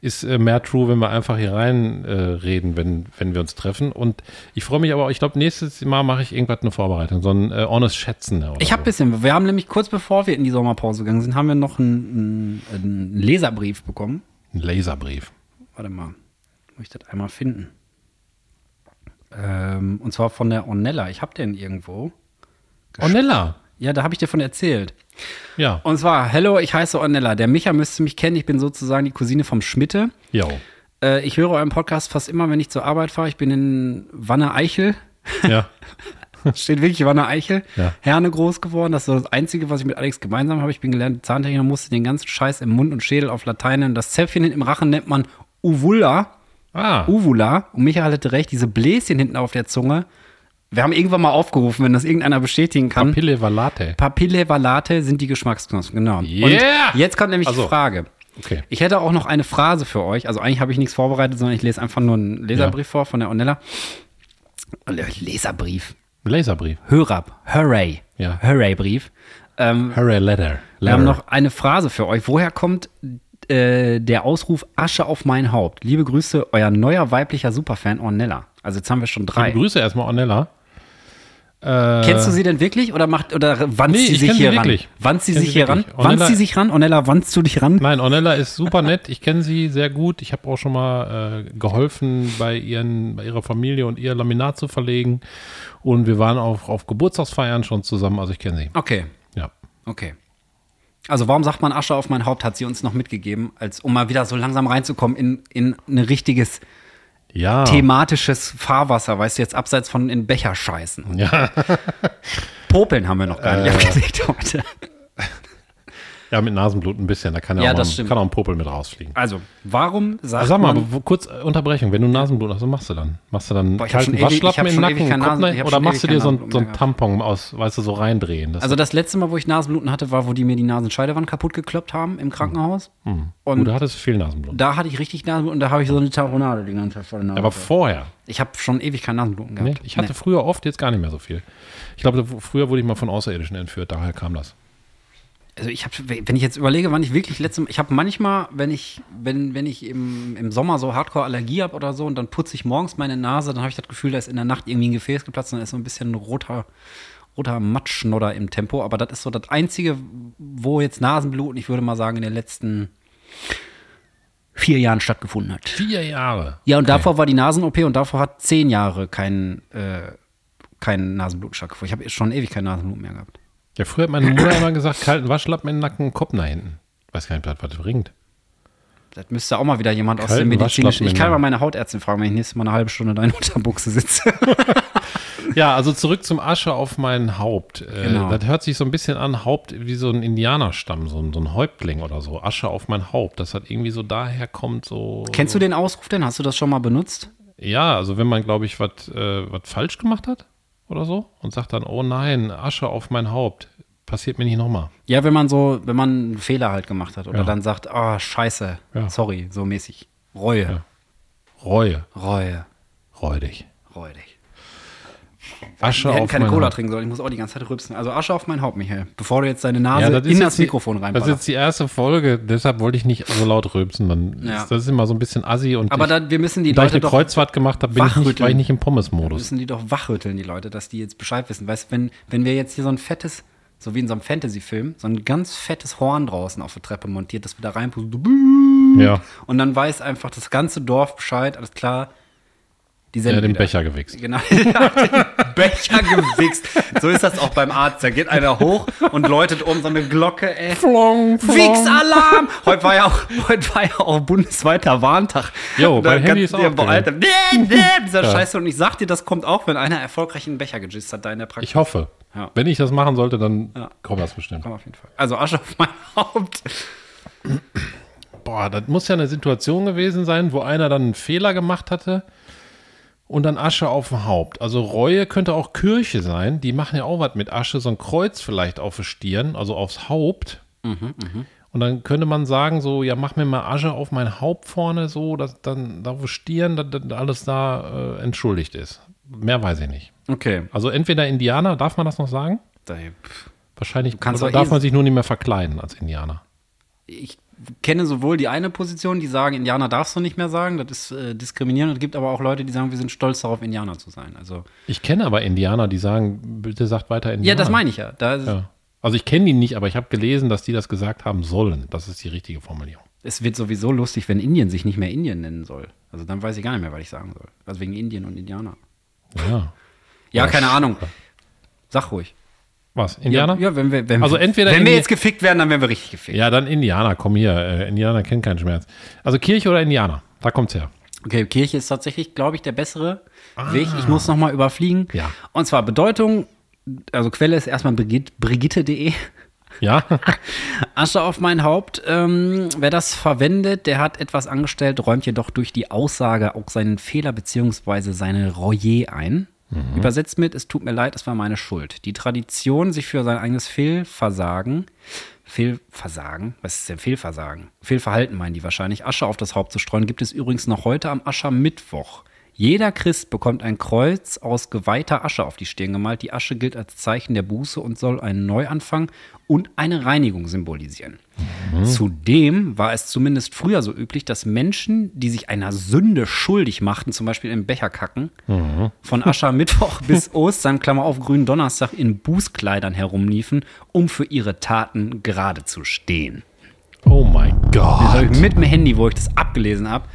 Ist äh, mehr true, wenn wir einfach hier rein äh, reden, wenn, wenn wir uns treffen. Und ich freue mich aber, auch, ich glaube, nächstes Mal mache ich irgendwas eine Vorbereitung, so ein äh, Honest Schätzen. Oder Ich habe so. bisschen, wir haben nämlich kurz bevor wir in die Sommerpause gegangen sind, haben wir noch einen, einen, einen Leserbrief bekommen. einen Laserbrief. Warte mal, muss ich das einmal finden? Ähm, und zwar von der Ornella. Ich habe den irgendwo. Onella. Ja, da habe ich dir von erzählt. Ja. Und zwar, hello, ich heiße Ornella. Der Micha müsste mich kennen. Ich bin sozusagen die Cousine vom Schmitte. Jo. Äh, ich höre euren Podcast fast immer, wenn ich zur Arbeit fahre. Ich bin in Wanne-Eichel. Ja. Steht wirklich Wanne Eichel. Ja. Herne groß geworden. Das ist so das Einzige, was ich mit Alex gemeinsam habe. Ich bin gelernte Zahntechniker, musste den ganzen Scheiß im Mund und Schädel auf Latein nennen. Das Zäpfchen hinten im Rachen nennt man Uvula. Ah. Uvula. Und Michael hatte recht, diese Bläschen hinten auf der Zunge. Wir haben irgendwann mal aufgerufen, wenn das irgendeiner bestätigen kann. Pille Valate. Papille valate sind die Geschmacksknospen, genau. Yeah! Und jetzt kommt nämlich Also. die Frage. Okay. Ich hätte auch noch eine Phrase für euch. Also eigentlich habe ich nichts vorbereitet, sondern ich lese einfach nur einen Leserbrief vor von der Onella. Leserbrief. Laserbrief. Hörab, Hooray, Ja. Hooray-Brief. Ähm, Hurray Letter. wir haben noch eine Phrase für euch. Woher kommt äh, der Ausruf Asche auf mein Haupt? Liebe Grüße, euer neuer weiblicher Superfan Ornella. Also jetzt haben wir schon drei. Liebe Grüße erstmal, Onella. Äh, Kennst du sie denn wirklich oder macht oder wanzt Nee, sie ich sich kenn sie hier ran? wirklich. Wanzt sie Kenn sich sie hier ran? wirklich. Wanzt Ornella- sie sich ran? Ornella, wanzt du dich ran? Nein, Onella ist super nett. Ich kenne sie sehr gut. Ich habe auch schon mal äh, geholfen, bei, ihren, bei ihrer Familie und ihr Laminat zu verlegen. Und wir waren auch auf Geburtstagsfeiern schon zusammen. Also ich kenne sie. Okay, Ja. okay. Also warum sagt man Asche auf mein Haupt, hat sie uns noch mitgegeben, als um mal wieder so langsam reinzukommen in, in ein richtiges Ja. thematisches Fahrwasser, weißt du, jetzt abseits von in Becher scheißen. Ja. Popeln haben wir noch gar nicht Äh. abgedeckt heute. ja, mit Nasenblut ein bisschen. Da kann Ja, ja, auch, das mal, stimmt. kann auch ein Popel mit rausfliegen. Also, warum sagt Sag mal, man, aber wo- kurz äh, Unterbrechung. Wenn du Nasenblut hast, was machst du dann? Machst du dann Boah, ich hab kalten schon ewig- ich hab Waschlappen im schon Nacken ewig und keinen Kopf Nasen- ich rein? hab oder schon machst du ewig dir so keinen ein, so ein Nasenblut Tampon aus, weißt du, so reindrehen? Das also das letzte Mal, wo ich Nasenbluten hatte, war, wo die mir die Nasenscheidewand kaputt gekloppt haben im Krankenhaus. Hm. du, Und du hattest viel Nasenblut. da hatte ich richtig Nasenbluten und da habe ich so eine Taronade die ganze Zeit vor der Nase. Aber vorher, ich habe schon ewig keinen Nasenbluten ne? gehabt. ich hatte früher oft, jetzt gar nicht mehr so viel. Ich glaube, wo- früher wurde ich mal von Außerirdischen entführt, daher kam das. Also ich habe, wenn ich jetzt überlege, wann ich wirklich letzte, ich habe manchmal, wenn ich, wenn wenn ich im, im Sommer so Hardcore-Allergie habe oder so und dann putze ich morgens meine Nase, dann habe ich das Gefühl, da ist in der Nacht irgendwie ein Gefäß geplatzt und da ist so ein bisschen roter roter Matschnodder im Tempo. Aber das ist so das einzige, wo jetzt Nasenbluten, ich würde mal sagen, in den letzten vier Jahren stattgefunden hat. Vier Jahre. Ja, und davor war die Nasen-OP und davor hat zehn Jahre kein äh, kein Nasenbluten stattgefunden. Ich habe schon ewig kein Nasenbluten mehr gehabt. Ja, früher hat meine Mutter immer gesagt, kalten Waschlappen in den Nacken, Kopf nach hinten. Weiß gar nicht, was das bringt. Das müsste auch mal wieder jemand aus dem Kalten medizinischen. Waschlappen Ich kann in mal den- meine Hautärztin fragen, wenn ich nächstes Mal eine halbe Stunde in deiner Unterbuchse sitze. Ja, also zurück zum Asche auf mein Haupt. Äh, Genau. Das hört sich so ein bisschen an, Haupt wie so ein Indianerstamm, so ein, so ein Häuptling oder so. Asche auf mein Haupt. Das hat irgendwie so daher kommt, so. Kennst du den Ausruf denn? Hast du das schon mal benutzt? Ja, also wenn man, glaube ich, was äh, wat falsch gemacht hat oder so und sagt dann, oh nein, Asche auf mein Haupt, passiert mir nicht nochmal. Ja, wenn man so, wenn man einen Fehler halt gemacht hat oder Ja. dann sagt, ah, scheiße, Ja. sorry, so mäßig. Reue, Reue, Reue, reu dich. reue dich. Asche Wir hätten auf keine mein Cola Haupt. trinken sollen. Ich muss auch die ganze Zeit rübsen. Also Asche auf mein Haupt, Michael. Bevor du jetzt deine Ja, Nase das ist Also in jetzt das die- Mikrofon Das ist reinballerst. jetzt die erste Folge, deshalb wollte ich nicht so laut rülpsen. Dann Ja. ist, das ist immer so ein bisschen assi und Aber ich, da, wir müssen die da ich Leute eine doch Kreuzfahrt gemacht habe, bin ich nicht, war wachrütteln. ich nicht im Pommes-Modus. müssen die doch wachrütteln, die Leute, dass die jetzt Bescheid wissen. Weißt du, wenn, wenn wir jetzt hier so ein fettes, so wie in so einem Fantasy-Film, so ein ganz fettes Horn draußen auf der Treppe montiert, dass wir da reinpusten. Ja. Und dann weiß einfach das ganze Dorf Bescheid, alles klar. Die Ja, senden den wieder. Becher gewichst. Genau, der hat den Becher gewichst. So ist das auch beim Arzt. Da geht einer hoch und läutet um so eine Glocke, ey. Flong, flong. Wichsalarm! Heute war ja auch, heute war ja auch bundesweiter Warntag. Jo, Und mein dann Handy kannst ist du dir- auch boah, Alter, nee, nee, dieser Ja. Scheiß. Und ich sag dir, das kommt auch, wenn einer erfolgreich einen Becher gejizzt hat, da in der Praxis. Ich hoffe. Ja. Wenn ich das machen sollte, dann Ja. kommt das bestimmt. Komm, auf jeden Fall. Also Asche auf mein Haupt. Boah, das muss ja eine Situation gewesen sein, wo einer dann einen Fehler gemacht hatte und dann Asche auf dem Haupt. Also Reue könnte auch Kirche sein. Die machen ja auch was mit Asche, so ein Kreuz vielleicht auf die Stirn, also aufs Haupt. Mhm, und dann könnte man sagen, so, ja, mach mir mal Asche auf mein Haupt vorne, so, dass dann da auf die Stirn, dass, dass alles da äh, entschuldigt ist. Mehr weiß ich nicht. Okay. Also entweder Indianer, darf man das noch sagen? Da- pff. Wahrscheinlich kannst oder doch eh- darf man sich nur nicht mehr verkleiden als Indianer. Ich kenne sowohl die eine Position, die sagen, Indianer darfst du nicht mehr sagen, das ist äh, diskriminierend. Und Es gibt aber auch Leute, die sagen, wir sind stolz darauf, Indianer zu sein. Also Ich kenne aber Indianer, die sagen, bitte sagt weiter Indianer. Ja, das meine ich ja. Da ist, Ja. Also ich kenne die nicht, aber ich habe gelesen, dass die das gesagt haben sollen. Das ist die richtige Formulierung. Es wird sowieso lustig, wenn Indien sich nicht mehr Indien nennen soll. Also dann weiß ich gar nicht mehr, was ich sagen soll. Also wegen Indien und Indianer. Ja. Ja, keine Ahnung. Sag ruhig. Was? Indianer? Ja, ja wenn wir, wenn Also wir, entweder wenn wir Indi- jetzt gefickt werden, dann werden wir richtig gefickt. Ja, dann Indianer, komm hier. Äh, Indianer kennen keinen Schmerz. Also Kirche oder Indianer, da kommt's her. Okay, Kirche ist tatsächlich, glaube ich, der bessere Weg. Ich muss nochmal überfliegen. Ah. Ja. Und zwar Bedeutung, also Quelle ist erstmal Brigit- Brigitte.de. Ja? Asche auf mein Haupt. Ähm, wer das verwendet, der hat etwas angestellt, räumt jedoch durch die Aussage auch seinen Fehler bzw. seine Reue ein. Übersetzt mit, es tut mir leid, es war meine Schuld. Die Tradition, sich für sein eigenes Fehlversagen, Fehlversagen, was ist denn Fehlversagen? Fehlverhalten meinen die wahrscheinlich, Asche auf das Haupt zu streuen, gibt es übrigens noch heute am Aschermittwoch. Jeder Christ bekommt ein Kreuz aus geweihter Asche auf die Stirn gemalt. Die Asche gilt als Zeichen der Buße und soll einen Neuanfang und eine Reinigung symbolisieren. Zudem war es zumindest früher so üblich, dass Menschen, die sich einer Sünde schuldig machten, zum Beispiel im Becher kacken, von Aschermittwoch bis Ostern, Klammer auf, Grünen Donnerstag, in Bußkleidern herumliefen, um für ihre Taten gerade zu stehen. Oh mein Das Gott. habe ich mit dem Handy, wo ich das abgelesen habe.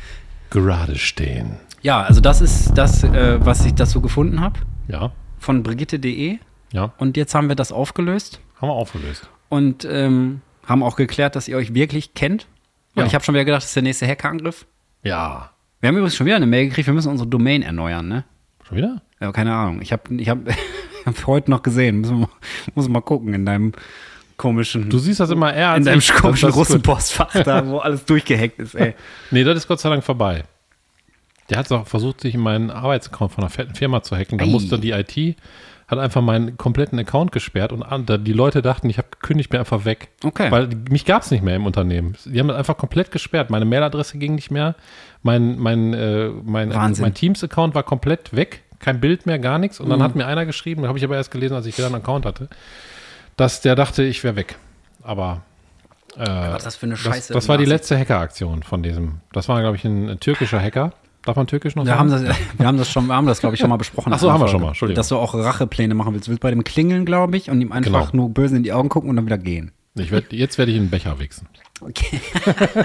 Gerade stehen. Ja, also das ist das, äh, was ich dazu gefunden habe Ja. von Brigitte.de. Ja. Und jetzt haben wir das aufgelöst Haben wir aufgelöst. und ähm, haben auch geklärt, dass ihr euch wirklich kennt. Und Ja. ich habe schon wieder gedacht, das ist der nächste Hackerangriff. Ja. Wir haben übrigens schon wieder eine Mail gekriegt, wir müssen unsere Domain erneuern, ne? Schon wieder? Ja, keine Ahnung. Ich habe ich hab, hab heute noch gesehen. Muss mal, muss mal gucken in deinem komischen, Du siehst das immer eher als in deinem ich. Das- komischen das ist gut. Russenpostfach da, wo alles durchgehackt ist, ey. Nee, das ist Gott sei Dank vorbei. Der hat auch versucht, sich in meinen Arbeitsaccount von einer fetten Firma zu hacken. Da Ei. musste die IT, hat einfach meinen kompletten Account gesperrt und an- da- die Leute dachten, ich habe gekündigt, bin einfach weg. Okay. Weil die- mich gab es nicht mehr im Unternehmen. Die haben das einfach komplett gesperrt. Meine Mailadresse ging nicht mehr. Mein, mein, äh, mein, Wahnsinn. Mhm. mein Teams-Account war komplett weg. Kein Bild mehr, gar nichts. Und dann hat mir einer geschrieben, habe ich aber erst gelesen, als ich wieder einen Account hatte, dass der dachte, ich wäre weg. Aber Was ist das für eine das, Scheiße? das war die letzte Hackeraktion von diesem. Das war, glaube ich, ein, ein türkischer Hacker. Darf man türkisch noch Wir haben das, wir haben das schon, wir haben das, glaube ich, schon mal besprochen. Ach so, in einer haben wir Folge. schon mal, Entschuldigung. Dass du auch Rachepläne machen willst. Du willst bei dem klingeln, glaube ich, und ihm einfach Genau. nur böse in die Augen gucken und dann wieder gehen. Ich werd, jetzt werde ich in den Becher wichsen. Okay.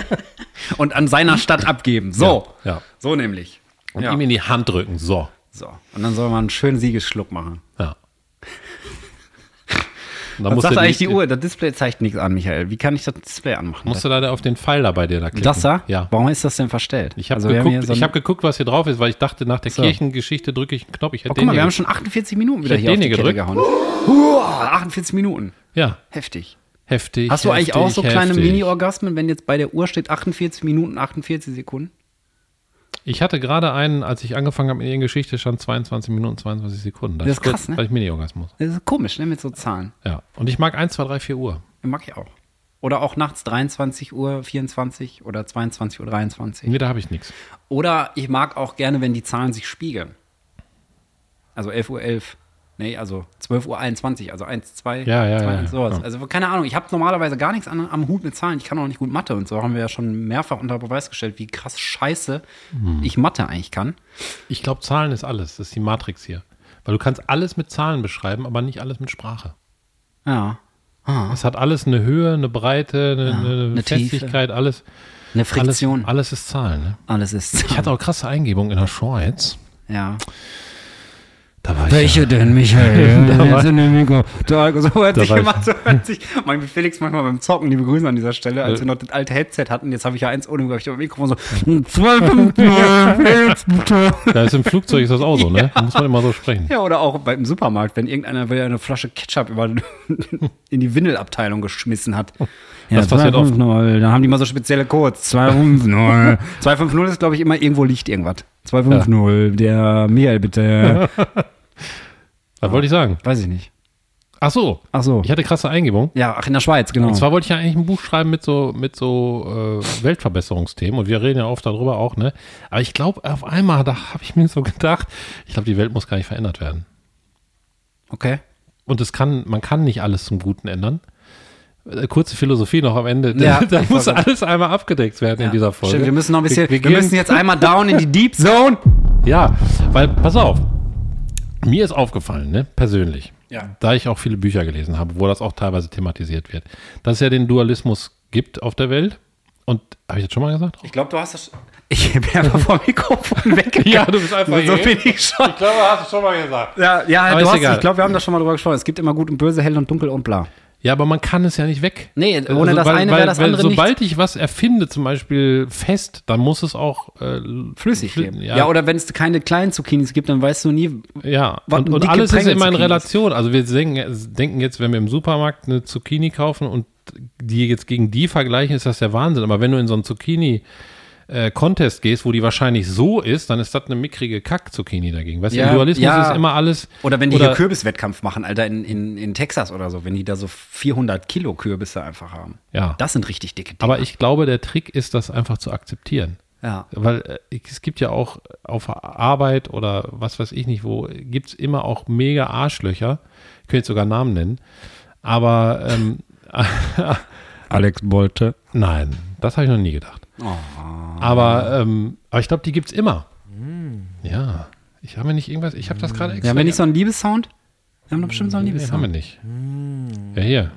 und an seiner Stadt abgeben. So. Ja, ja. So nämlich. Und Oh. ja. ihm in die Hand drücken. So. so. Und dann soll man einen schönen Siegesschluck machen. Ja. Und dann Was musst sagt du eigentlich die den- Uhr? Das Display zeigt nichts an, Michael. Wie kann ich das Display anmachen? Musst du leider auf den Pfeil da bei dir da klicken. das da? Ja. Warum ist das denn verstellt? Ich habe Also wir haben geguckt, hier so ich ein- hab geguckt, was hier drauf ist, weil ich dachte, nach der So. Kirchengeschichte drücke ich einen Knopf. Ich hätte oh, guck mal, den wir haben hier- schon 48 Minuten wieder Ich hier hätte auf die den Kette gedrückt. gehauen. Uah, 48 Minuten. Ja, Heftig. heftig. Hast du heftig, eigentlich auch so kleine heftig. Mini-Orgasmen, wenn jetzt bei der Uhr steht 48 Minuten 48 Sekunden? Ich hatte gerade einen, als ich angefangen habe mit ihren Geschichte, stand 22 Minuten 22 Sekunden. Das ist krass, ne? Weil ich Mini-Orgasmus. Das ist komisch, ne, mit so Zahlen. Ja. Und ich mag 1, 2, 3, 4 Uhr. Mag ich auch. Oder auch nachts 23 Uhr 24 oder 22 Uhr 23. Nee, da habe ich nichts. Oder ich mag auch gerne, wenn die Zahlen sich spiegeln. also 11.11 Uhr. 11. Nee, also 12.21 Uhr, also 1, 2, Ja, ja, 2 ja, und sowas. ja. Also keine Ahnung, ich habe normalerweise gar nichts an, am Hut mit Zahlen. Ich kann auch nicht gut Mathe und so haben wir ja schon mehrfach unter Beweis gestellt, wie krass scheiße Hm. ich Mathe eigentlich kann. Ich glaube, Zahlen ist alles. Das ist die Matrix hier. Weil du kannst alles mit Zahlen beschreiben, aber nicht alles mit Sprache. Ja. Es hat alles eine Höhe, eine Breite, eine, eine Ah. eine Tiefe. Festigkeit, alles. Eine Alles, Friktion. Alles, alles ist Zahlen. Ne? ist. Ich hatte auch krasse Eingebungen in der Schweiz. ja. Da war ich ja, Welche denn, Michael? Da war- Jetzt in den Mikro. Da, so hört Da sich war immer, so hört sich. Mein Felix manchmal beim Zocken, liebe Grüße an dieser Stelle, als Äh. wir noch das alte Headset hatten, jetzt habe ich ja eins ohne, glaube ich, am Mikrofon so. "Zwei- da ist im Flugzeug ist das auch so, ne? Da muss man immer so sprechen. ja, oder auch beim Supermarkt, wenn irgendeiner wieder eine Flasche Ketchup über, in die Windelabteilung geschmissen hat. Ja, Das passiert oft. 250, Dann haben die mal so spezielle Codes. 250. 250 ist, glaube ich, immer irgendwo liegt irgendwas. 250, der Michael bitte. Was wollte ich sagen? Weiß ich nicht. Ach so, Ach so. ich hatte krasse Eingebungen. Ja, ach, in der Schweiz, genau. Und zwar wollte ich ja eigentlich ein Buch schreiben mit so, mit so äh, Weltverbesserungsthemen und wir reden ja oft darüber auch, ne? Aber ich glaube, auf einmal, da habe ich mir so gedacht, ich glaube, die Welt muss gar nicht verändert werden. Okay. Und es kann, man kann nicht alles zum Guten ändern. Äh, Kurze Philosophie noch am Ende. Ja, da ich muss weiß auch. alles einmal abgedeckt werden in dieser Folge. Stimmt, wir müssen noch ein bisschen, wir, gehen- müssen jetzt einmal down in die Deep Zone. Ja, weil, pass auf, mir ist aufgefallen, ne, persönlich, Ja. da ich auch viele Bücher gelesen habe, wo das auch teilweise thematisiert wird, dass es ja den Dualismus gibt auf der Welt. Und, habe ich das schon mal gesagt? Ich glaube, du hast das. Ich bin einfach vom Mikrofon weg. Ja, du bist einfach so, so hier. bin ich schon. glaube, hast du schon mal gesagt. Ja, ja Aber du ist hast, egal. ich glaube, wir haben da schon mal drüber gesprochen. Es gibt immer gut und böse, hell und dunkel und bla. Ja, aber man kann es ja nicht weg. Nee, ohne Also, das weil- eine weil- wäre das weil andere nicht. Sobald ich was erfinde, zum Beispiel fest, dann muss es auch äh, Flüssig fl- leben. Ja, Ja, oder wenn es keine kleinen Zucchinis gibt, dann weißt du nie. Ja, Was und, ein und dicke alles ist Prängel immer in Zucchini Relation. Also wir denken, denken jetzt, wenn wir im Supermarkt eine Zucchini kaufen und die jetzt gegen die vergleichen, ist das der Wahnsinn. Aber wenn du in so einen Zucchini-Contest gehst, wo die wahrscheinlich so ist, dann ist das eine mickrige Kack-Zucchini dagegen. Weißt du, Ja, im Dualismus ja. ist immer alles. Oder wenn die oder, hier Kürbiswettkampf machen, Alter, in, in, in Texas oder so, wenn die da so 400 Kilo Kürbisse einfach haben. Ja. Das sind richtig dicke Dinger. Aber ich glaube, der Trick ist, das einfach zu akzeptieren. Ja. Weil äh, es gibt ja auch auf Arbeit oder was weiß ich nicht wo, gibt es immer auch mega Arschlöcher. Ich könnte jetzt sogar Namen nennen. Aber ähm, Alex Bolte. Nein, das habe ich noch nie gedacht. Oh, Ah. Aber, ähm, aber ich glaube, die gibt es immer. Ja, ich habe mir nicht irgendwas, ich habe das gerade extra. Hm. Ja, ne? wenn nicht so ein Liebessound? Wir haben doch bestimmt so einen nee, haben wir Liebessound. nicht. Ja, hier.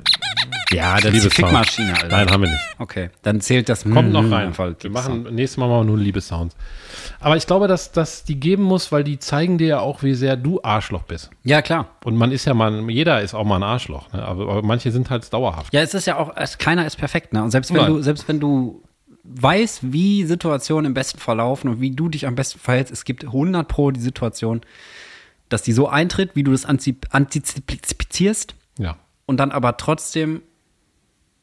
Ja, das ist die Liebessound. Fickmaschine, Hm. Alter. Nein, haben wir nicht. Okay, dann zählt das. Kommt noch Mhm, rein. Fall. Wir machen nächstes Mal mal nur Liebessounds. Aber ich glaube, dass das die geben muss, weil die zeigen dir ja auch, wie sehr du Arschloch bist. Ja, klar. Und man ist ja mal, jeder ist auch mal ein Arschloch, ne? aber, aber manche sind halt dauerhaft. Ja, es ist ja auch, es, keiner ist perfekt, ne? Und selbst wenn Nein. du, selbst wenn du weißt, wie Situationen im besten verlaufen und wie du dich am besten verhältst, es gibt 100 pro die Situation, dass die so eintritt, wie du das antizip- antizipierst Ja. und dann aber trotzdem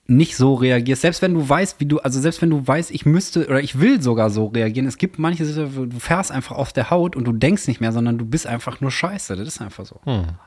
nicht so reagierst. Selbst wenn du weißt, wie du, also selbst wenn du weißt, ich müsste oder ich will sogar so reagieren. Es gibt manche Situationen, du fährst einfach auf der Haut und du denkst nicht mehr, sondern du bist einfach nur scheiße. Das ist einfach so.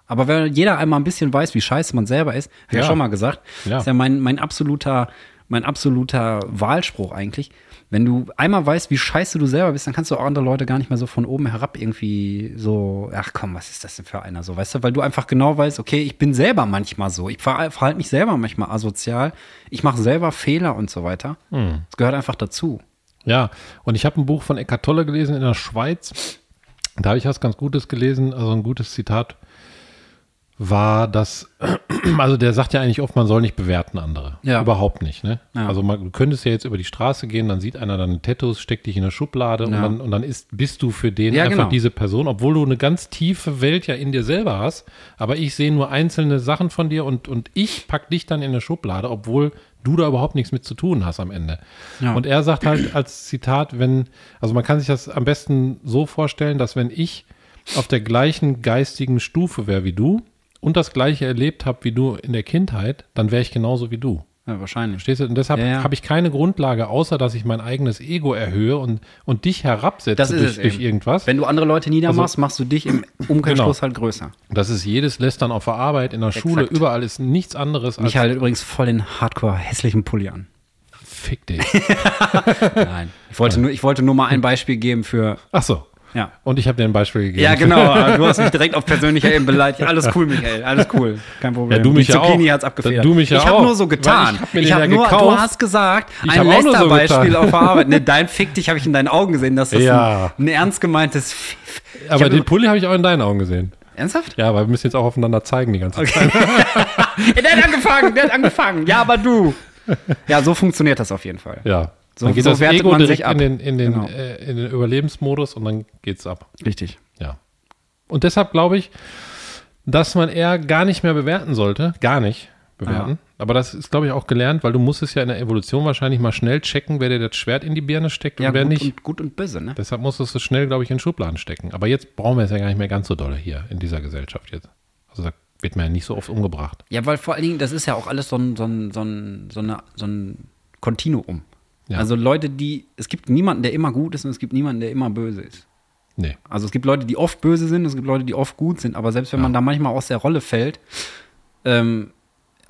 Aber wenn jeder einmal ein bisschen weiß, wie scheiße man selber ist, hab ich Ja. ja schon mal gesagt, Ja. ist ja mein, mein absoluter, mein absoluter Wahlspruch eigentlich. Wenn du einmal weißt, wie scheiße du selber bist, dann kannst du auch andere Leute gar nicht mehr so von oben herab irgendwie so, ach komm, was ist das denn für einer so, weißt du? Weil du einfach genau weißt, okay, ich bin selber manchmal so, ich ver- verhalte mich selber manchmal asozial, ich mache selber Fehler und so weiter. Hm. Das gehört einfach dazu. Ja, und ich habe ein Buch von Eckart Tolle gelesen in der Schweiz. Da habe ich was ganz Gutes gelesen, also ein gutes Zitat war das, also der sagt ja eigentlich oft, man soll nicht bewerten andere. Ja. Überhaupt nicht, ne? Ja. Also man, du könntest ja jetzt über die Straße gehen, dann sieht einer deine Tattoos, steckt dich in eine Schublade und Ja. dann, und dann ist, bist du für den Ja, einfach genau. diese Person, obwohl du eine ganz tiefe Welt ja in dir selber hast, aber ich sehe nur einzelne Sachen von dir und, und ich pack dich dann in eine Schublade, obwohl du da überhaupt nichts mit zu tun hast am Ende. Ja. Und er sagt halt als Zitat, wenn, also man kann sich das am besten so vorstellen, dass wenn ich auf der gleichen geistigen Stufe wäre wie du und das gleiche erlebt habe wie du in der Kindheit, dann wäre ich genauso wie du. Ja, wahrscheinlich. Verstehst du? Und deshalb Ja, ja. habe ich keine Grundlage, außer dass ich mein eigenes Ego erhöhe und, und dich herabsetze Das ist durch, es durch eben. irgendwas. Also Wenn du andere Leute niedermachst, machst du dich im Umkehrschluss Genau. halt größer. das ist jedes Lästern auf der Arbeit, in der Schule, überall ist nichts anderes als Mich halt übrigens voll den hardcore hässlichen Pulli an. Fick dich. Nein. Ich wollte, nur, ich wollte nur mal ein Beispiel geben für Ach so. Ja. Und ich habe dir ein Beispiel gegeben. Ja, genau. aber Du hast mich direkt auf persönlicher Ebene beleidigt. Alles cool, Michael. Alles cool. Kein Problem. Ja, du mich Die ja Zucchini auch. hat's abgefedert. Du mich ja ich habe auch. nur so Weil getan. ich hab mir den ja nur, du gekauft. hast gesagt, Ich ein hab auch nur so Lästerbeispiel getan. auf der Arbeit. Ne, dein Fick dich habe ich in deinen Augen gesehen, dass das Ja. ein, ein ernst gemeintes Fiff. Ich Aber hab den immer- Pulli habe ich auch in deinen Augen gesehen. Ernsthaft? Ja, weil wir müssen jetzt auch aufeinander zeigen die ganze Zeit. Ey, der hat angefangen, der hat angefangen. Ja, aber du. Ja, so funktioniert das auf jeden Fall. Ja. So- dann geht so das wertet Ego man sich direkt ab. in den, in, den, Genau. äh, in den Überlebensmodus und dann geht's ab. Richtig. Ja. Und deshalb glaube ich, dass man eher gar nicht mehr bewerten sollte. Gar nicht bewerten. Ja. Aber das ist, glaube ich, auch gelernt, weil du musst es ja in der Evolution wahrscheinlich mal schnell checken, wer dir das Schwert in die Birne steckt Ja, und wer gut, nicht. Und, gut und böse, ne? Deshalb musstest du schnell, glaube ich, in Schubladen stecken. Aber jetzt brauchen wir es ja gar nicht mehr ganz so dolle hier in dieser Gesellschaft jetzt. Also da wird man ja nicht so oft umgebracht. Ja, weil vor allen Dingen, das ist ja auch alles so ein, so ein, so ein, so eine, so ein Kontinuum. Ja. Also Leute, die, es gibt niemanden, der immer gut ist und es gibt niemanden, der immer böse ist. Nee. Also es gibt Leute, die oft böse sind, es gibt Leute, die oft gut sind, aber selbst wenn man da manchmal aus der Rolle fällt, ähm,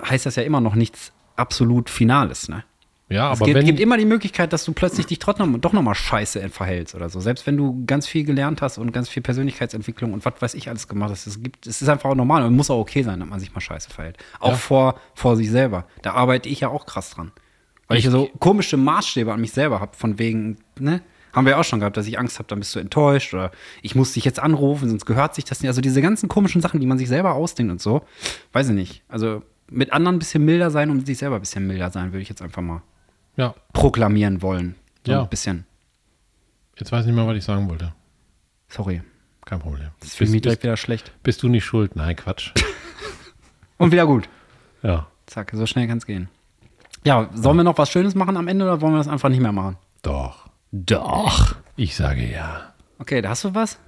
heißt das ja immer noch nichts absolut Finales, ne? Ja, Es aber gibt, wenn. gibt immer die Möglichkeit, dass du plötzlich dich trotzdem doch nochmal scheiße verhältst oder so. Selbst wenn du ganz viel gelernt hast und ganz viel Persönlichkeitsentwicklung und was weiß ich alles gemacht hast. Es, gibt, es ist einfach auch normal und muss auch okay sein, dass man sich mal scheiße verhält. Auch Ja. vor, vor sich selber. Da arbeite ich ja auch krass dran. Weil ich, Ich- so komische Maßstäbe an mich selber habe, von wegen, ne? Haben wir ja auch schon gehabt, dass ich Angst habe, dann bist du enttäuscht oder ich muss dich jetzt anrufen, sonst gehört sich das nicht. Also diese ganzen komischen Sachen, die man sich selber ausdenkt und so, weiß ich nicht. Also mit anderen ein bisschen milder sein und mit sich selber ein bisschen milder sein, würde ich jetzt einfach mal ja, proklamieren wollen. So Ja. ein bisschen. jetzt weiß ich nicht mehr, was ich sagen wollte. Sorry. Kein Problem. Das fühlt mich direkt wieder schlecht. Bist du nicht schuld? Nein, Quatsch. Und wieder gut. Ja, Zack, so schnell kann es gehen. Ja, sollen wir noch was Schönes machen am Ende oder wollen wir das einfach nicht mehr machen? doch. Doch. Ich sage ja. Okay, da hast du was?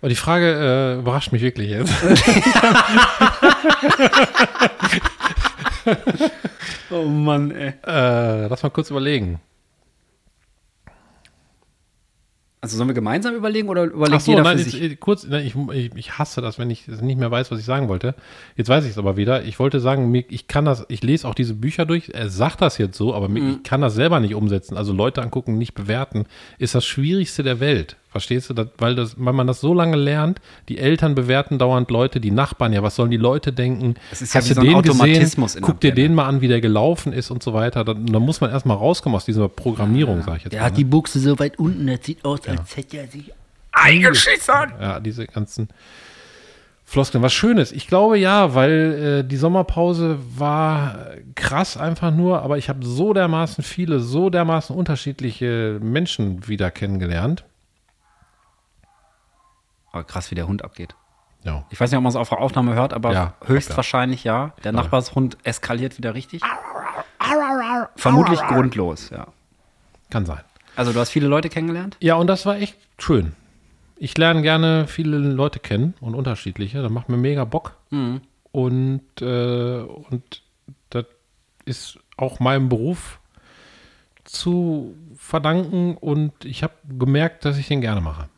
Und die Frage äh, überrascht mich wirklich jetzt. Oh Mann, ey. äh, lass mal kurz überlegen. Also sollen wir gemeinsam überlegen oder Ach überlegt so, jeder nein, für jetzt, sich? äh, kurz, nein, ich, ich, ich hasse das, wenn ich nicht mehr weiß, was ich sagen wollte. Jetzt weiß ich es aber wieder. Ich wollte sagen, mir, ich kann das, ich lese auch diese Bücher durch. Er sagt das jetzt so, aber mir, Mhm. ich kann das selber nicht umsetzen. Also Leute angucken, nicht bewerten, ist das Schwierigste der Welt. Verstehst du? Das, weil, das, weil man das so lange lernt, die Eltern bewerten dauernd Leute, die Nachbarn, ja, was sollen die Leute denken? Es ist ja wie so ein Automatismus in der Gesehen? Guck dir Birne. den mal an, wie der gelaufen ist und so weiter. Da, da muss man erstmal rauskommen aus dieser Programmierung, sag ich jetzt Der mal. ne? hat die Buchse so weit unten, das sieht aus, als hätte er sich Ja, diese ganzen Floskeln. Was Schönes. Ich glaube ja, weil äh, die Sommerpause war äh, krass einfach nur, aber ich habe so dermaßen viele, so dermaßen unterschiedliche Menschen wieder kennengelernt. Oh, krass, wie der Hund abgeht. Ja. Ich weiß nicht, ob man es auf der Aufnahme hört, aber Ja, höchstwahrscheinlich ja. Der Nachbarshund eskaliert wieder richtig. Vermutlich grundlos, ja. Kann sein. Also du hast viele Leute kennengelernt? Ja, und das war echt schön. Ich lerne gerne viele Leute kennen und unterschiedliche. Das macht mir mega Bock. Mhm. Und, äh, und das ist auch meinem Beruf zu verdanken. Und ich habe gemerkt, dass ich den gerne mache.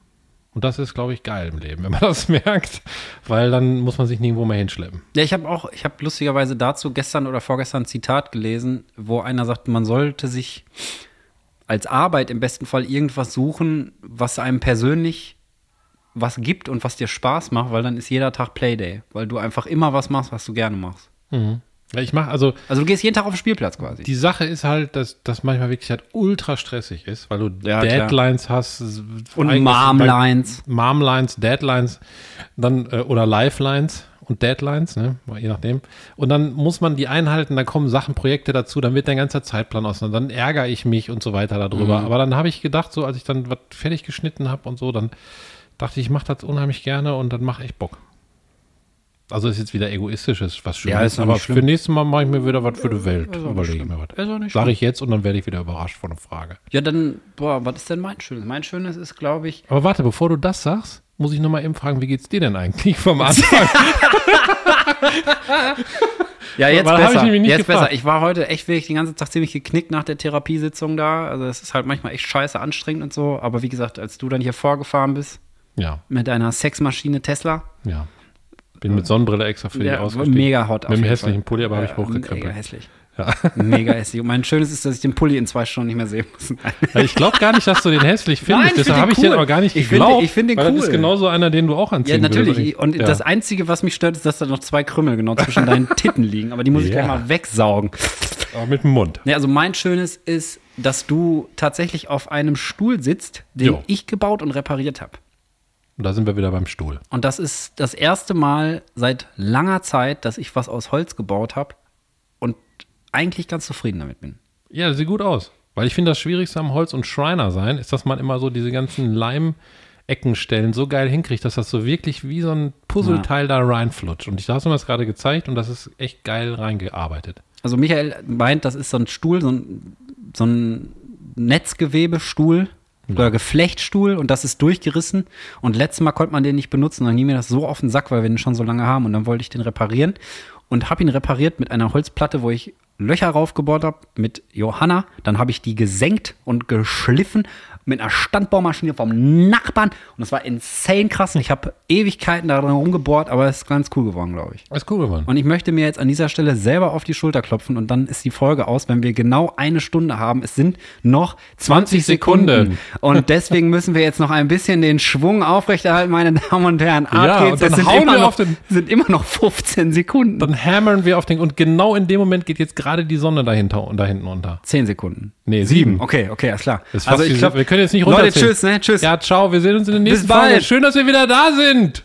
Und das ist, glaube ich, geil im Leben, wenn man das merkt. Weil dann muss man sich nirgendwo mehr hinschleppen. Ja, ich habe auch, ich habe lustigerweise dazu gestern oder vorgestern ein Zitat gelesen, wo einer sagt, man sollte sich als Arbeit im besten Fall irgendwas suchen, was einem persönlich was gibt und was dir Spaß macht, weil dann ist jeder Tag Playday, weil du einfach immer was machst, was du gerne machst. Ja, Ich mache also Also du gehst jeden Tag auf den Spielplatz quasi. Die Sache ist halt, dass das manchmal wirklich halt ultra stressig ist, weil du Ja, klar. Deadlines hast. Und eigentlich- Marmlines. Marmlines, Deadlines, dann, äh, oder Lifelines und Deadlines, ne? je nachdem. Und dann muss man die einhalten, dann kommen Sachen, Projekte dazu, dann wird dein ganzer Zeitplan auseinander, dann ärgere ich mich und so weiter Mhm. darüber. Aber dann habe ich gedacht, so als ich dann was fertig geschnitten habe und so, dann dachte ich, ich mache das unheimlich gerne und dann mache ich Bock. Also ist jetzt wieder egoistisches, was schön Ja, ist doch aber nicht schlimm. für nächstes Mal mache ich mir wieder was für die Welt. Überlege ich mir Ist auch was. nicht Sage ich jetzt und dann werde ich wieder überrascht von der Frage. ja, dann, boah, was ist denn mein Schönes? Mein Schönes ist, glaube ich, Aber warte, bevor du das sagst, muss ich nochmal eben fragen, wie geht's dir denn eigentlich vom Anfang? Ja, jetzt Aber da hab besser. ich nämlich nicht jetzt gefragt. besser. Ich war heute echt wirklich den ganzen Tag ziemlich geknickt nach der Therapiesitzung da. Also es ist halt manchmal echt scheiße anstrengend und so. Aber wie gesagt, als du dann hier vorgefahren bist ja, mit deiner Sexmaschine Tesla, ja. Bin mit Sonnenbrille extra für dich ja, ausgestiegen. mega hot. auf Mit dem jeden hässlichen Fall. Pulli, aber habe ich Mega hochgekrempelt. hässlich. Mega hässlich. Und mein Schönes ist, dass ich den Pulli in zwei Stunden nicht mehr sehen muss. Ja, Ich glaube gar nicht, dass du den hässlich findest. Nein, ich find Deshalb den habe ich den cool. aber gar nicht Ich finde- geglaubt. ich finde den weil cool. Das ist genauso einer, den du auch ja, anziehen natürlich. würdest. Und Ja. das Einzige, was mich stört, ist, dass da noch zwei Krümmel genau zwischen deinen Titten liegen. Aber die muss ich Ja. gleich mal wegsaugen. Aber mit dem Mund. Ja, also mein Schönes ist, dass du tatsächlich auf einem Stuhl sitzt, den Jo. ich gebaut und repariert habe. Und da sind wir wieder beim Stuhl. Und das ist das erste Mal seit langer Zeit, dass ich was aus Holz gebaut habe und eigentlich ganz zufrieden damit bin. Ja, das sieht gut aus. Weil ich finde, das Schwierigste am Holz- und Schreiner sein ist, dass man immer so diese ganzen Leim-Eckenstellen so geil hinkriegt, dass das so wirklich wie so ein Puzzleteil da reinflutscht. Und ich da hast du mir das gerade gezeigt und das ist echt geil reingearbeitet. Also Michael meint, das ist so ein Stuhl, so ein, so ein Netzgewebestuhl oder Geflechtstuhl und das ist durchgerissen. Und letztes Mal konnte man den nicht benutzen. Dann ging mir das so auf den Sack, weil wir den schon so lange haben. Und dann wollte ich den reparieren und habe ihn repariert mit einer Holzplatte, wo ich Löcher raufgebohrt habe mit Johanna. Dann habe ich die gesenkt und geschliffen mit einer Standbohrmaschine vom Nachbarn. Und das war insane krass. Ich habe Ewigkeiten daran rumgebohrt, aber es ist ganz cool geworden, glaube ich. Das ist cool, Mann. Und ich möchte mir jetzt an dieser Stelle selber auf die Schulter klopfen und dann ist die Folge aus, wenn wir genau eine Stunde haben. Es sind noch 20 Sekunden. Sekunden. Und deswegen müssen wir jetzt noch ein bisschen den Schwung aufrechterhalten, meine Damen und Herren. Ab Ja, und Es dann sind, hauen immer wir noch, auf den- sind immer noch 15 Sekunden. Dann hammern wir auf den. Und genau in dem Moment geht jetzt gerade die Sonne dahinter und da hinten unter. 10 Sekunden. Nee, sieben. Okay, okay, alles klar. Also Das ist fast wie- wir können jetzt nicht Leute, runterzählen. tschüss, ne? Tschüss. Ja, ciao. Wir sehen uns in der nächsten bald. Folge. Schön, dass wir wieder da sind.